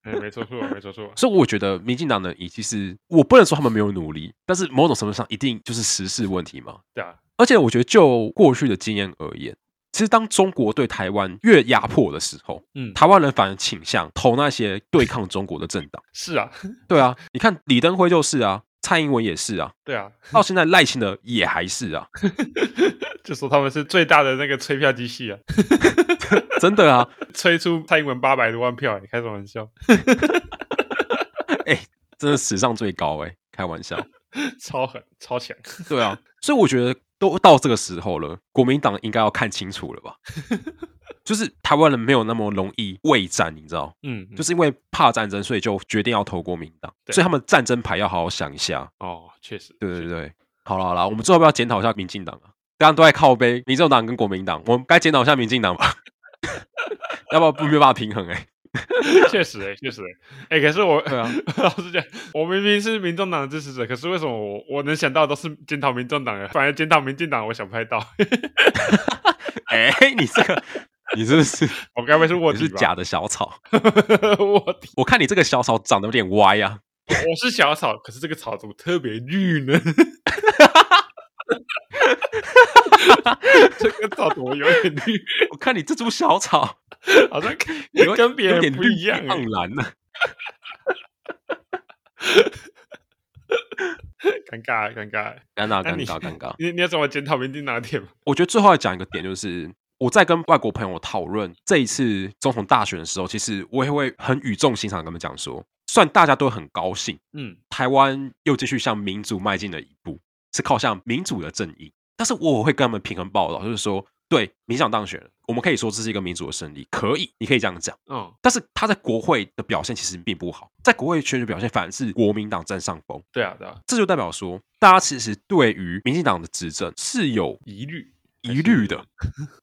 哎，没错错，没错错。所以我觉得民进党呢，也其实我不能说他们没有努力，但是某种程度上一定就是时事问题嘛。对啊，而且我觉得就过去的经验而言，其实当中国对台湾越压迫的时候，嗯，台湾人反而倾向投那些对抗中国的政党。是啊，对啊，你看李登辉就是啊，蔡英文也是啊，对啊， 到现在赖清德也还是啊，就说他们是最大的那个催票机器啊， 真的啊，催出蔡英文八百多万票，你开什么玩笑？真的史上最高哎、开玩笑。超狠，超强。对啊，所以我觉得都到这个时候了，国民党应该要看清楚 了吧？就是台湾人没有那么容易畏战，你知道，嗯，就是因为怕战争，所以就决定要投国民党，对所以他们战争牌要好好想一下。哦，确实，对对确实，对，好啦好啦，我们最后要不要检讨一下民进党啊？大家都在靠背民众党跟国民党，我们该检讨一下民进党吧， 要不然没有办法平衡哎、确实、欸，确实、欸，哎、可是 我，对啊 老实讲，我明明是民众党的支持者，可是为什么我我能想到的都是检讨民众党的，反而检讨民进党，我想不太到。 哎、 你这个，你是不是我该不会是卧你底是吧？假的小草？ 卧底，我看你这个小草长得有点歪啊。我是小草，可是这个草怎么特别绿呢？ 这个草怎么有点绿？我看你这株小草好像跟有跟别有点人不绿一样、欸盎然呢。尴尬，尴尬。啊 尴尬，那尴你尬，尴尬。你你要怎么检讨民进党的点吗？我觉得最后要讲一个点，就是我在跟外国朋友讨论这一次总统大选的时候，其实我也会很语重心长地跟他们讲说，虽然大家都很高兴，嗯，台湾又继续向民主迈进了一步，是靠向民主的正义，但是我会跟他们平衡报道，就是说，对，民进党当选了，我们可以说这是一个民主的胜利，可以，你可以这样讲。哦，但是他在国会的表现其实并不好，在国会选举表现反而是国民党占上风，对啊，对啊，这就代表说，大家其实对于民进党的执政是有疑虑，疑虑嗯的。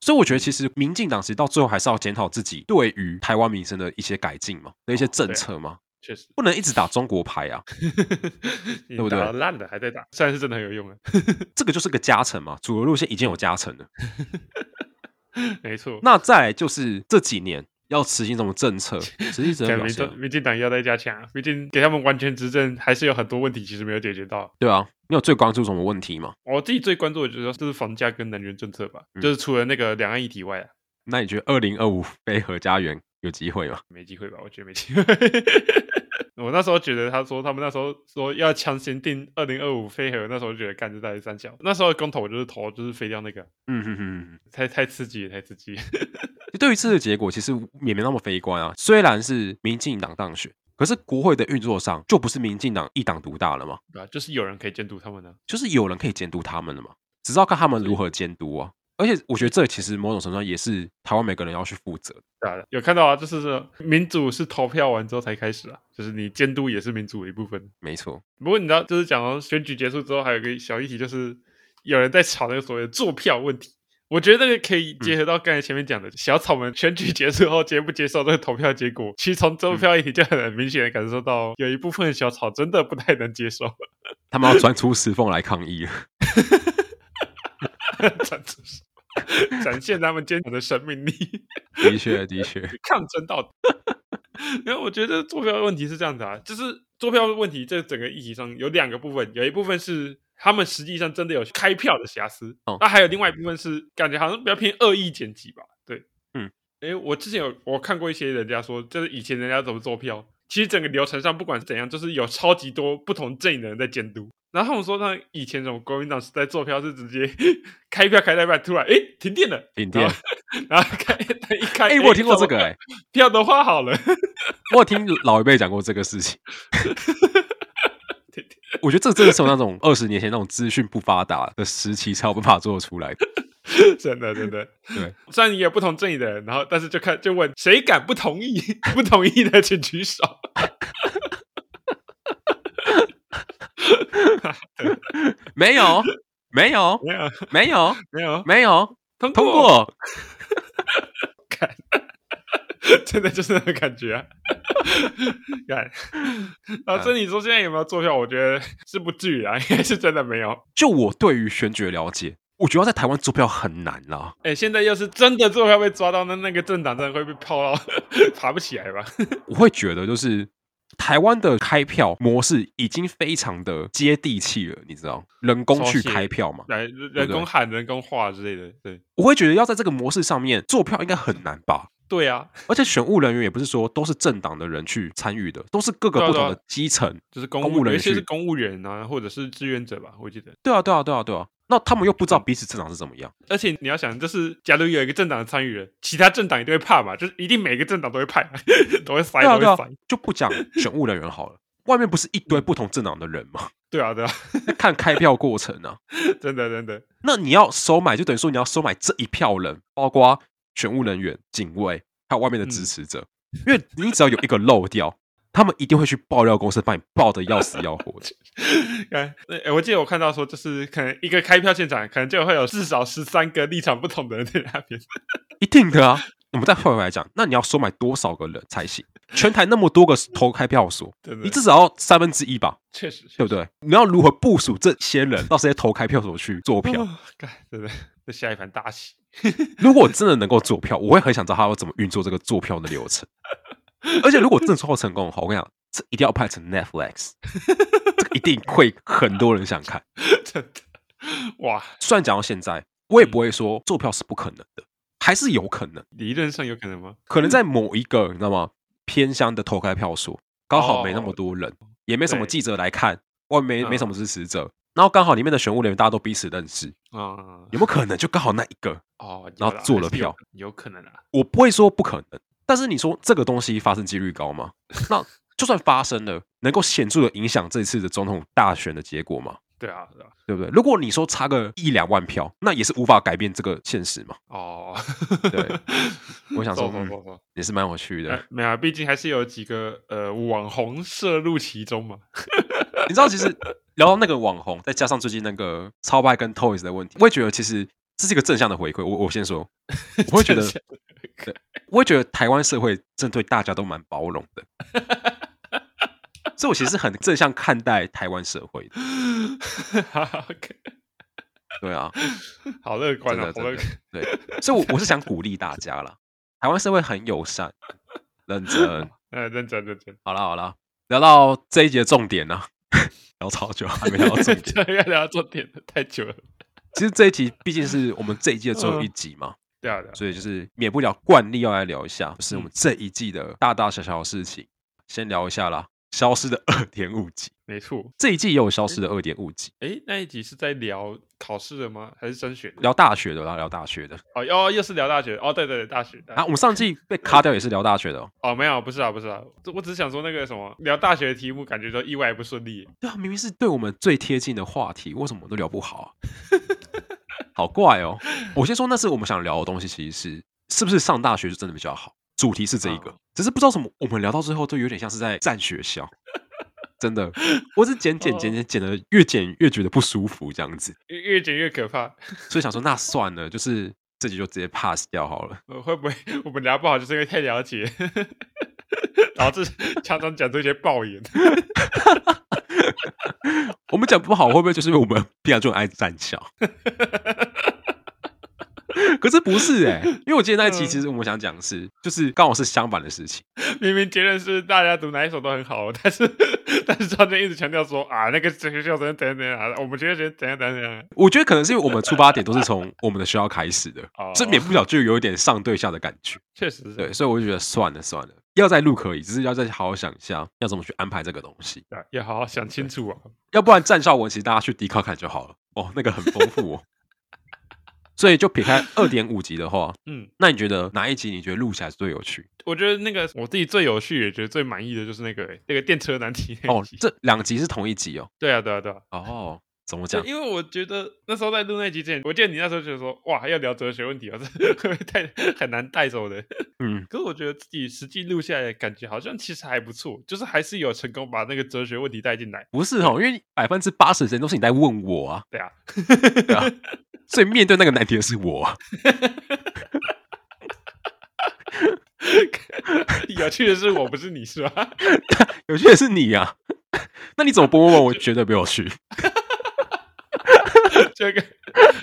所以我觉得，其实民进党其实到最后还是要检讨自己对于台湾民生的一些改进嘛，的一些政策嘛，确实。不能一直打中国牌啊，对不对烂的还在打，虽然是真的很有用啊，这个就是个加成嘛，主流路线已经有加成了。没错。那再来就是这几年要实行什么政策，实行什么看表民现啊、进民进党要再加强啊，毕竟给他们完全执政，还是有很多问题其实没有解决到。对啊，你有最关注什么问题吗？我自己最关注的就是就是房价跟能源政策吧，嗯就是除了那个两岸议题外啊，那你觉得二零二五飞核家园有机会吗？没机会吧？我觉得没机会。 我那时候觉得他说他们那时候说要强行定二零二五飞核，那时候就觉得干这大底三角。那时候的公投我就是投就是飞掉那个，嗯哼哼哼哼。太太刺激了，太刺激了。 就对于这次的结果，其实也没那么悲观啊。虽然是民进党当选，可是国会的运作上就不是民进党一党独大了嘛，对啊，就是有人可以监督他们呢、啊就是有人可以监督他们了嘛，只是要看他们如何监督啊。而且我觉得这其实某种程度上也是台湾每个人要去负责的。对啊，有看到啊，就是说民主是投票完之后才开始啊，就是你监督也是民主的一部分。没错，不过你知道，就是讲到选举结束之后，还有一个小议题，就是有人在吵那个所谓的坐票问题。我觉得这个可以结合到刚才前面讲的、小草们选举结束后接不接受这个投票结果。其实从坐票议题就很明显的感受到，有一部分小草真的不太能接受。 他们要钻出石缝来抗议了。 展出展现他们坚强的生命力。的确，的确， 抗争到底。然后我觉得坐票问题是这样子啊，就是坐票问题这整个议题上有两个部分，有一部分是他们实际上真的有开票的瑕疵，哦那还有另外一部分是感觉好像比较偏恶意剪辑吧，对，嗯，诶，我之前有我看过一些人家说，就是以前人家怎么做票。其实整个流程上不管是怎样，就是有超级多不同阵营的人在监督。然后他们说，那以前这种国民党是在做票是直接 开票开到一半，突然诶停电了，停电。然后 开他一开， 哎、诶我有听过这怎个、么哎、票都花好了，我有听老一辈讲过这个事 情。我觉得这真的是有那种二十年前那种资讯不发达的时期才有办法做得出来的。真的真的。对，虽然也有不同阵营的人，然后但是就看就问谁敢不同意， 不同意的请举手。没有，没有，没有没有，没有没有，通通过。 真的就是那种感觉、啊。 干，然后所以你说现在有没有坐票？我觉得是不至于啊，应该是真的没有。就我对于选举的了解，我觉得在台湾做票很难啦。哎、现在要是真的坐票被抓到，那那个政党真的会被泡到 爬不起来吧？我会觉得就是台湾的开票模式已经非常的接地气了，你知道，人工去熟悉开票嘛。来，人工喊、人工化之类的，对我会觉得要在这个模式上面做票应该很难吧。对啊，而且选务人员也不是说都是政党的人去参与的，都是各对啊个不对啊同的基层。就是公公务人有一些士是公务人啊，或者是志愿者吧，我记得。对啊，对啊，对啊，对啊。那他们又不知道嗯彼此政党是怎么样，而且你要想，就是假如有一个政党的参与人，其他政党一定会怕嘛，就是一定每个政党都会派， 都会塞，对啊，都对啊会塞。，就不讲选务人员好了。外面不是一堆不同政党的人吗？对啊， 对啊，看开票过程啊，真的真的，那你要收买，就等于说你要收买这一票人，包括选务人员、警卫，还有外面的支持者，因为你只要有一个漏掉，他们一定会去爆料公司，把你爆的要死要活的。看，哎我记得我看到说，就是可能一个开票现场，可能就会有至少十三个立场不同的人在那边。 一定的啊。我们再换回来讲，那你要收买多少个人才行？全台那么多个投开票所，真的，你至少要三分之一吧，确实确对不对？你要如何部署这些人到这些投开票所去做票？哦 干、真的，这下一盘大棋。如果真的能够做票，我会很想知道他要怎么运作这个做票的流程。而且如果真的做到成功的话，我跟你讲，这一定要拍成 Netflix，这个一定会很多人想看。 真的，哇，虽然讲到现在，我也不会说做票是不可能的，还是有可能。理论上有可能吗？可能在某一个你知道吗偏乡的投开票所，刚好没那么多人，也没什么对记者来看，外没嗯没什么支持者，然后刚好里面的选务人员大家都彼此认识，啊、有没有可能就刚好那一个？哦，然有后啦做了还是有票可，有可能啊。我不会说不可能，但是你说这个东西发生几率高吗？那就算发生了，能够显著的影响这次的总统大选的结果吗？对啊，对啊，对不对？如果你说差个一两万票，那也是无法改变这个现实嘛。哦，对，我想说走走嗯走走也是蛮有趣的呃。没有啊，毕竟还是有几个呃网红涉入其中嘛。你知道，其实聊到那个网红，再加上最近那个超拜跟 Toys 的问题，我也觉得其实这是一个正向的回馈。我我先说，我 会觉得真，是我会觉得台湾社会真的对大家都蛮包容的，所以我其实很正向看待台湾社会的。好，OK 对啊，好乐观 真啊的，好真乐的对，所以我我是想鼓励大家啦，台湾社会很友善、认真。呃，认真认真，好啦好啦，聊到这一节重点呢、聊超久还没聊 到重点。这要聊重点了，太久了。其实这一集毕竟是我们这一季的最后一集嘛，对啊，对啊，所以就是免不了惯例要来聊一下，就是我们这一季的大大小小的事情，先聊一下啦。消失的二点五集，没错。这一季也有消失的二点五集，诶，那一集是在聊考试的吗？还是升学的？聊大学的啦，聊大学的。哦，又又是聊大学。哦，对对对，大学。大学啊，我们上季被卡掉也是聊大学的、哦。哦，没有，不是啊，不是啊，我只是想说那个什么，聊大学的题目，感觉都意外不顺利。对啊，明明是对我们最贴近的话题，为什么我们都聊不好、啊？好怪哦！我先说，那是我们想聊的东西，其实是是不是上大学就真的比较好？主题是这一个啊，只是不知道什么，我们聊到最后都有点像是在占学校。真的，我只剪剪剪剪剪的，越剪越觉得不舒服，这样子，越越讲越可怕。所以想说那算了，就是这集就直接 pass 掉好了。呃会不会我们聊不好，就是因为太了解，然后这常常讲出一些爆言？我们讲不好，会不会就是因为我们平常就很爱占小？可是不是哎、因为我今天那一期嗯其实我们想讲的是，就是刚好是相反的事情。明明结论是大家读哪一首都很好，但是但是他就一直强调说啊，那个学校怎样怎样怎样啊，我们学校怎样怎样怎样。我觉得可能是因为我们出发点都是从我们的学校开始的哦，这免不了就有一点上对下的感觉。确实是，对，所以我就觉得算了算了，要再录可以，只是要再好好想一下要怎么去安排这个东西，对啊要好好想清楚啊。要不然站校文其实大家去 D 卡看就好了。哦，那个很丰富哦。所以就撇开二点五集的话，嗯，那你觉得哪一集你觉得录起来是最有趣？我觉得那个我自己最有趣，也觉得最满意的就是那个、欸那个电车难题那一 哦集，这两集是同一集哦。对啊，对啊，对啊。哦，怎么就讲？因为我觉得那时候在录那集之前，我记得你那时候就说哇，要聊哲学问题啊，这 会不会太很难带走的。嗯，可是我觉得自己实际录下来，感觉好像其实还不错，就是还是有成功把那个哲学问题带进来。不是哦，因为百分之八十的时间都是你在问我啊，对啊， 啊所以面对那个难题的是我啊。 有趣的是我不是你是吧？ 有趣的是你啊， 那你怎么不 问我？我绝对不有趣。这个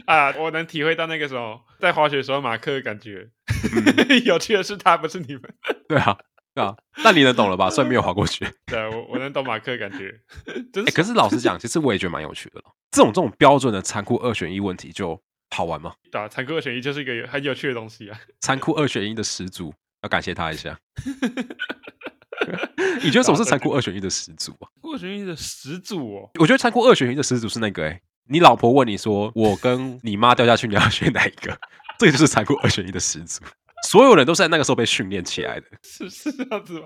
啊，我能体会到那个时候在滑雪的时候马克的感觉。 有趣的是他不是你们。对啊，对啊，那你能懂了吧？虽然没有滑过 雪，哎、对啊，我我能懂马克的感觉，真是可是老实讲，其实我也觉得蛮有趣的咯。这种这种标准的残酷二选一问题就好玩吗？打啊残酷二选一就是一个很有趣的东西啊。残酷二选一的始祖，要感谢他一 下。你觉得什么是残酷二选一的始祖啊？酷二选一的始祖哦，我觉得残酷二选一的始祖是那个、哎，你老婆问你说我跟你妈掉下去，你要选哪一个？ 这个就是残酷二选一的始祖。所有人都是在那个时候被训练起来的，是是这样子吗？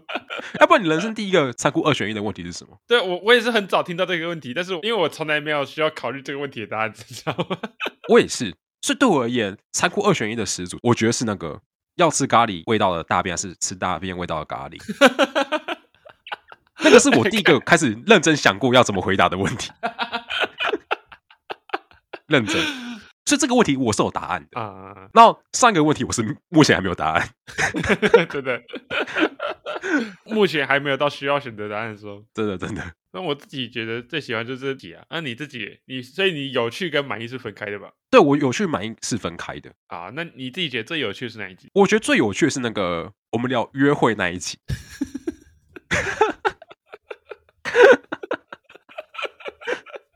要不然你人生第一个残酷二选一的问题是什么？对啊我我也是很早听到这个问题，但是因为我从来没有需要考虑这个问题的答案，你知道吗？我也是，所以对我而言，残酷二选一的始祖，我觉得是那个要吃咖喱味道的大便，还是吃大便味道的咖喱？那个是我第一个开始认真想过要怎么回答的问题，认真。所以这个问题我是有答案的。啊，然后上一个问题我是目前还没有答案，对的，目前还没有到需要选择答案的时候。真的真的。那我自己觉得最喜欢就是这题啊。那、你自己，你所以你有趣跟满意是分开的吧？对我有趣满意是分开的，啊，那你自己觉得最有趣是哪一集？ 我觉得最有趣的是那个我们聊约会那一集，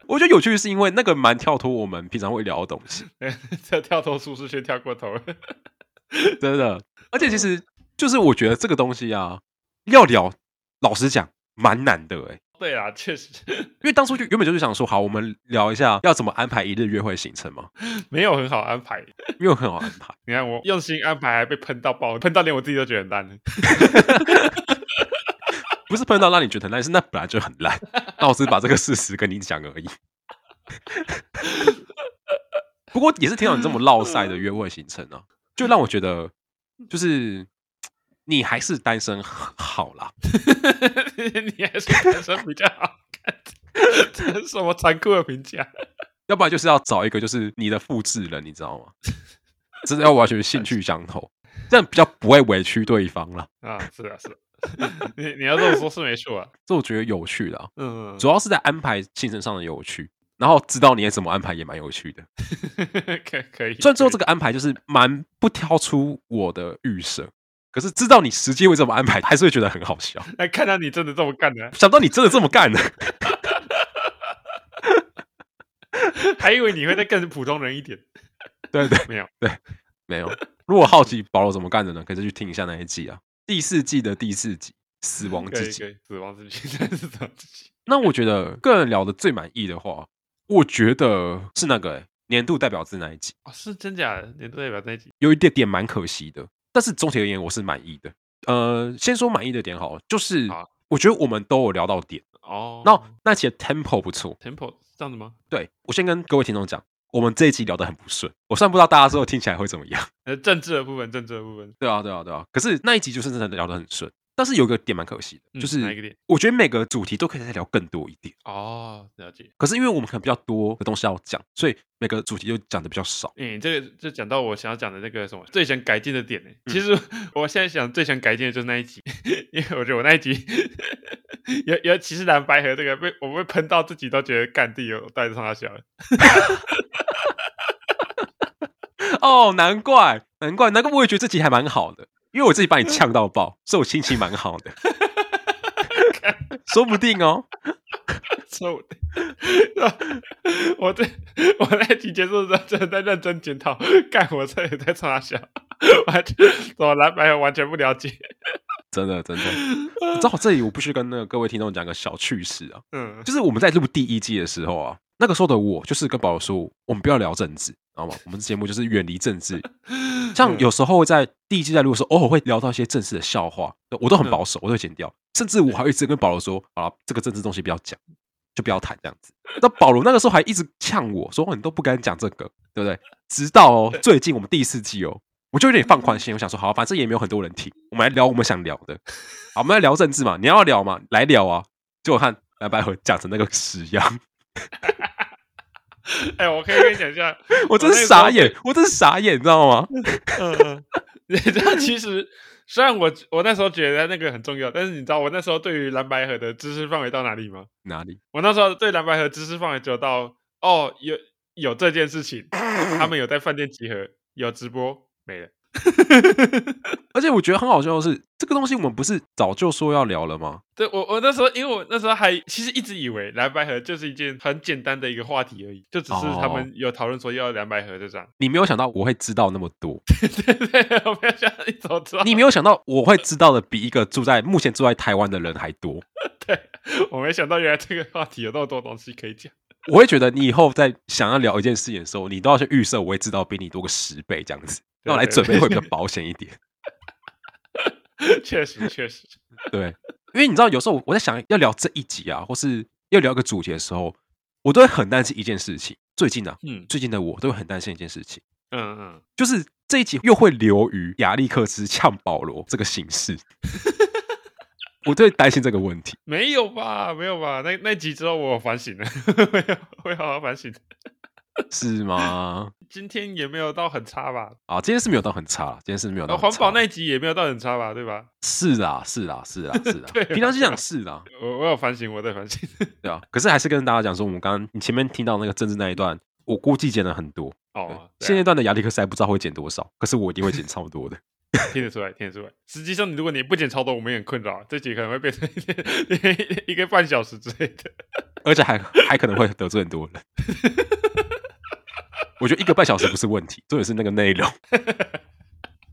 我觉得有趣是因为那个蛮跳脱我们平常会聊的东西， 这跳脱舒适圈跳过头了。 真的。而且其实就是我觉得这个东西啊，要聊，老实讲蛮难的哎、对啊，确实因为当初就原本就是想说，好，我们聊一下要怎么安排一日约会行程嘛，没有很好安排。因为很好安排。你看我用心安排，还被喷到爆，喷到连我自己都觉得很烂。不是碰到让你觉得很烂，是那本来就很烂。那我只是把这个事实跟你讲而已。不过也是听到你这么落塞的约会行程啊，就让我觉得，就是你还是单身好啦。 你还是单身比较好看，这是什么残酷的评价？要不然就是要找一个就是你的复制人，你知道吗？真的要完全兴趣相投，这样比较不会委屈对方啦。啊，是啊，是啊， 你你要这么说，是没错啊。这我觉得有趣啦，嗯，主要是在安排行程上的有趣，然后知道你也怎么安排也蛮有趣的。 可可以。虽然最后这个个安排就是蛮不挑出我的预设，可是知道你实际会这么安排，还是会觉得很好笑。，那哎看到你真的这么干的， 想不到你真的这么干的，还以为你会再更普通人一点。 对对，没有，没有。如果好奇保罗怎么干的呢，可以再去听一下那一季啊，第四季的第四集《死亡可之以己可》。以，死亡之己，真是死亡之己。那我觉得个人聊的最满意的话，我觉得是那个、欸、年度代表字那一集， 哦，是真假的？年度代表那一集有一点点蛮可惜的，但是总体而言我是满意的。呃，先说满意的点好了，就是好我觉得我们都有聊到点，哦。那那集的 tempo 不错。 tempo 是这样子吗？对我先跟各位听众讲，我们这一集聊得很不顺，我虽然不知道大家之后听起来会怎么样。 呃，政治的部分，政治的部分，对啊，对啊，对啊。可是那一集就是真的聊得很顺，但是有个点蛮可惜的，嗯就哪一个是点？我觉得每个主题都可以再聊更多一点。哦，了解。可是因为我们可能比较多的东西要讲，所以每个主题就讲的比较少。 嗯，这个就讲到我想要讲的那个什么最想改进的点呢、嗯其实我现在想最想改进的就是那一集， 因为我觉得我那一集 尤尤其是蓝白河这个被我被喷到自己都觉得干地有带着上他笑了。哦，难怪，难怪，难怪，我也觉得这集还蛮好的，因为我自己把你呛到爆，所以我心情蛮好的。 说不定哦， 所以我我这我那一集结束之后，真的在认真检讨，干我这也在冲他笑，完全我蓝白河完全不了解。真的 真的。正好这里我必须跟那个各位听众讲个小趣事啊，嗯就是我们在录第一季的时候啊，那个时候的我就是跟宝宝说，我们不要聊政治，知道吗？我们节目就是远离政治。嗯像有时候会在第一季在录的时候，偶尔会聊到一些政治的笑话，我都很保守，我都会剪掉。甚至我还一直跟保罗说：“啊，这个政治东西不要讲，就不要谈这样子。”那保罗那个时候还一直呛我说：“哦你都不敢讲这个，对不 对？”直到哦，最近我们第四季哦，我就有点放宽心，我想说，好，反正也没有很多人听，我们来聊我们想聊的。好，我们来聊政治嘛，你要聊嘛，来聊啊。结果看白百合讲成那个屎样， 哎、我可以跟你讲一 下，我真是傻眼，我真是傻眼，你知道吗？嗯，嗯，你知道，其实虽然我我那时候觉得那个很重要，但是你知道我那时候对于蓝白河的知识范围到哪里吗？哪里？我那时候对蓝白河知识范围只有到哦，有有这件事情，他们有在饭店集合，有直播，没了。 而且我觉得很好笑的是，这个东西我们不是早就说要聊了吗？对我，我那时候，因为我那时候还其实一直以为蓝白河就是一件很简单的一个话题而已，就只是他哦们有讨论说要蓝白河就这样。你没有想到我会知道那么多， 对对，我没有想到你怎么知道，你没有想到我会知道的比一个住在目前住在台湾的人还多。我没想到原来这个话题有那么多东西可以讲。我会觉得你以后在想要聊一件事情的时候，你都要去预设我会知道比你多个十倍这样子，对然后来准备会比较保险一点。确实，确实，对，因为你知道，有时候我在想要聊这一集啊，或是要聊一个主题的时候，我都会很担心一件事情。最近啊，嗯最近的我都会很担心一件事情，嗯嗯，就是这一集又会流于亚历克斯呛保罗这个形 式。我最担心这个问题。没有吧，没有吧？那那集之后我反省了， 没有，会好好反省。是吗？今天也没有到很差吧，啊，今天是没有到很差，今天是没有到呃很环差。保那一集也没有到很差吧，对吧？是啊，是啊，是啊，是啊 对。啊平常心讲是啊，我我有反省，我在反省。 对啊。可是还是跟大家讲说，我们刚刚你前面听到那个政治那一段，我估计剪了很多。对哦，现对啊阶段的亚历克斯还不知道会剪多少，可是我一定会剪超多的。听得出来，听得出来。实际上，如果你不剪超多，我们也很困扰，这集可能会变成一个半小时之类的。而且还还可能会得罪 很多人。我觉得一个半小时不是问题，重点是那个内容。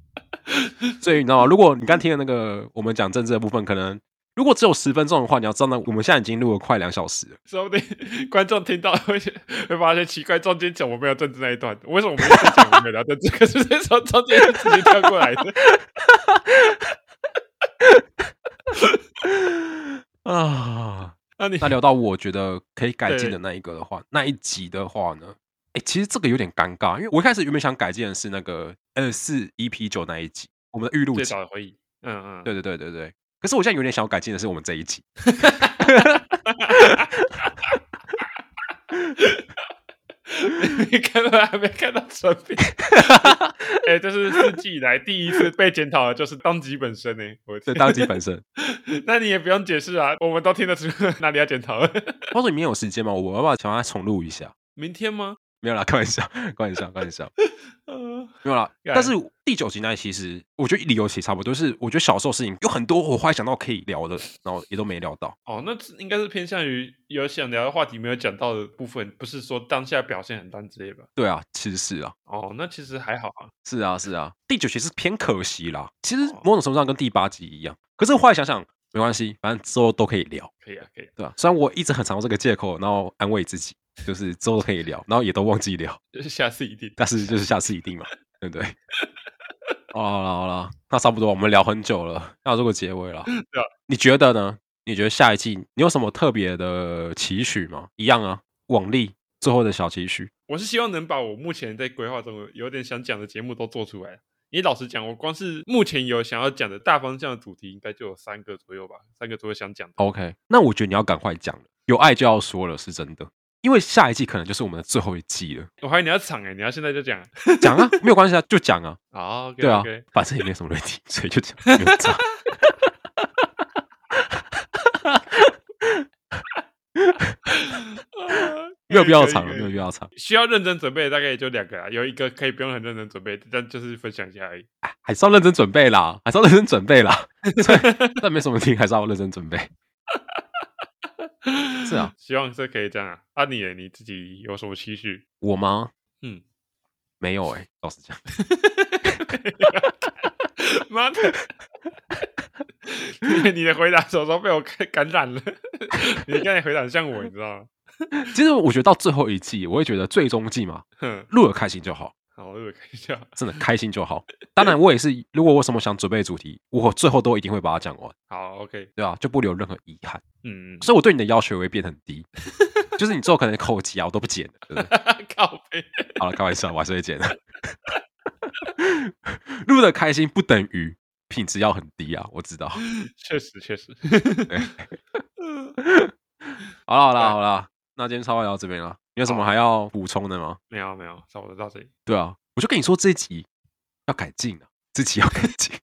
所以你知道吗？如果你刚听的那个我们讲政治的部分，可能如果只有十分钟的话，你要知道呢，我们现在已经录了快两小时了。说不定观众听到会会发现奇怪，中间讲我没有政治那一段，为什么我们一直讲我没有聊政治？可是这时候中间是直接跳过来的。啊，那你那聊到我觉得可以改进对的那一个的话，那一集的话呢，哎、其实这个有点尴尬，因为我一开始原本想改进的是那个二四 EP 九那一集，我们的预录最集，早的回忆，嗯嗯，对对对对对。可是我现在有点想要改进的是我们这一集，你根本还没看到成品。哎、这是四季以来第一次被检讨的，就是当机本身呢、我对当集本身。那你也不用解释啊，我们都听得出哪里要检讨。话说你明天有时间吗？我要不要想要重录一下？明天吗？没有啦，开玩笑，开玩笑，开玩笑，呃，没有啦。干但是第九集那其实我觉得理由其实差不多，就是我觉得小时候事情有很多我后来想到可以聊的，然后也都没聊到。哦，那这应该是偏向于有想聊的话题没有讲到的部分，不是说当下表现很烂之类吧？对啊，其实是啊，哦，那其实还好啊。是啊，是啊。第九集是偏可惜啦，其实某种程度上跟第八集一样。可是我后来想想，没关系，反正之后都可以聊，可以啊，可以啊。 对吧、虽然我一直很常用这个借口，然后安慰自己，就是之后都可以聊，然后也都忘记聊。下次一定。但是就是下次一定嘛，对不对？好了好了好了，那差不多，我们聊很久了，要做个结尾了。对啊你觉得呢？你觉得下一季你有什么特别的期许吗？一样啊，往例最后的小期许。我是希望能把我目前在规划中有点想讲的节目都做出来。因为老实讲，我光是目前有想要讲的大方向的主题，应该就有三个左右吧，三个左右想讲的。 OK，那我觉得你要赶快讲了，有爱就要说了，是真的。因为下一季可能就是我们的最后一季了，我还以为你要抢哎、你要现在就讲啊讲啊，没有关系啊，就讲啊，好？OK，对啊 OK，反正也没有什么问题，所以就讲，没有差啊啊 没有必要藏长，，没有必要长，需要认真准备，大概也就两个啊，有一个可以不用很认真准备，但就是分享一下而已。还是要认真准备啦，还是要认真准备啦。 但没什么听，还是要认真准备。 是啊， 希望是可以这样啊。啊你耶，你自己有什么期许？ 我吗？嗯，没有哎、老实讲，妈的，因为你的回答手候被我感染了， 你刚才回答很像我，你知道吗？其实我觉得到最后一季，我会觉得最终季嘛，哼，录的开心就好，好，我看一下。真的开心就好。当然，我也是，如果我有什么想准备的主题，我最后都一定会把它讲完，好，OK，对吧、就不留任何遗憾。嗯，所以我对你的要求也会变很低， 就是你之后可能口技啊，我都不剪了。对不对 靠背，好了，开玩笑，我还是会剪的。 录的开心不等于品质要很低啊，我知道。确实确实。 好了好了好了，那今天稍微聊到这边了，你有什么还要补充的吗？没有没有，差不多到这里。对啊，我就跟你说这一集要改进啊，这集要改进。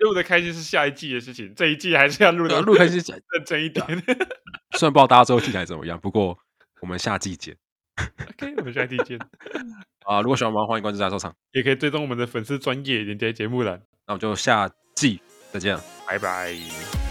录的开心是下一季的事情，这一季还是要录对啊的录开心讲，认真一点。虽然不知道大家最后听起来怎么样，不过我们下季见 OK，我们下一季见。啊！如果喜欢我们，欢迎关注大收场，也可以追踪我们的粉丝专业连接节目栏。那我们就下季再见了。拜拜。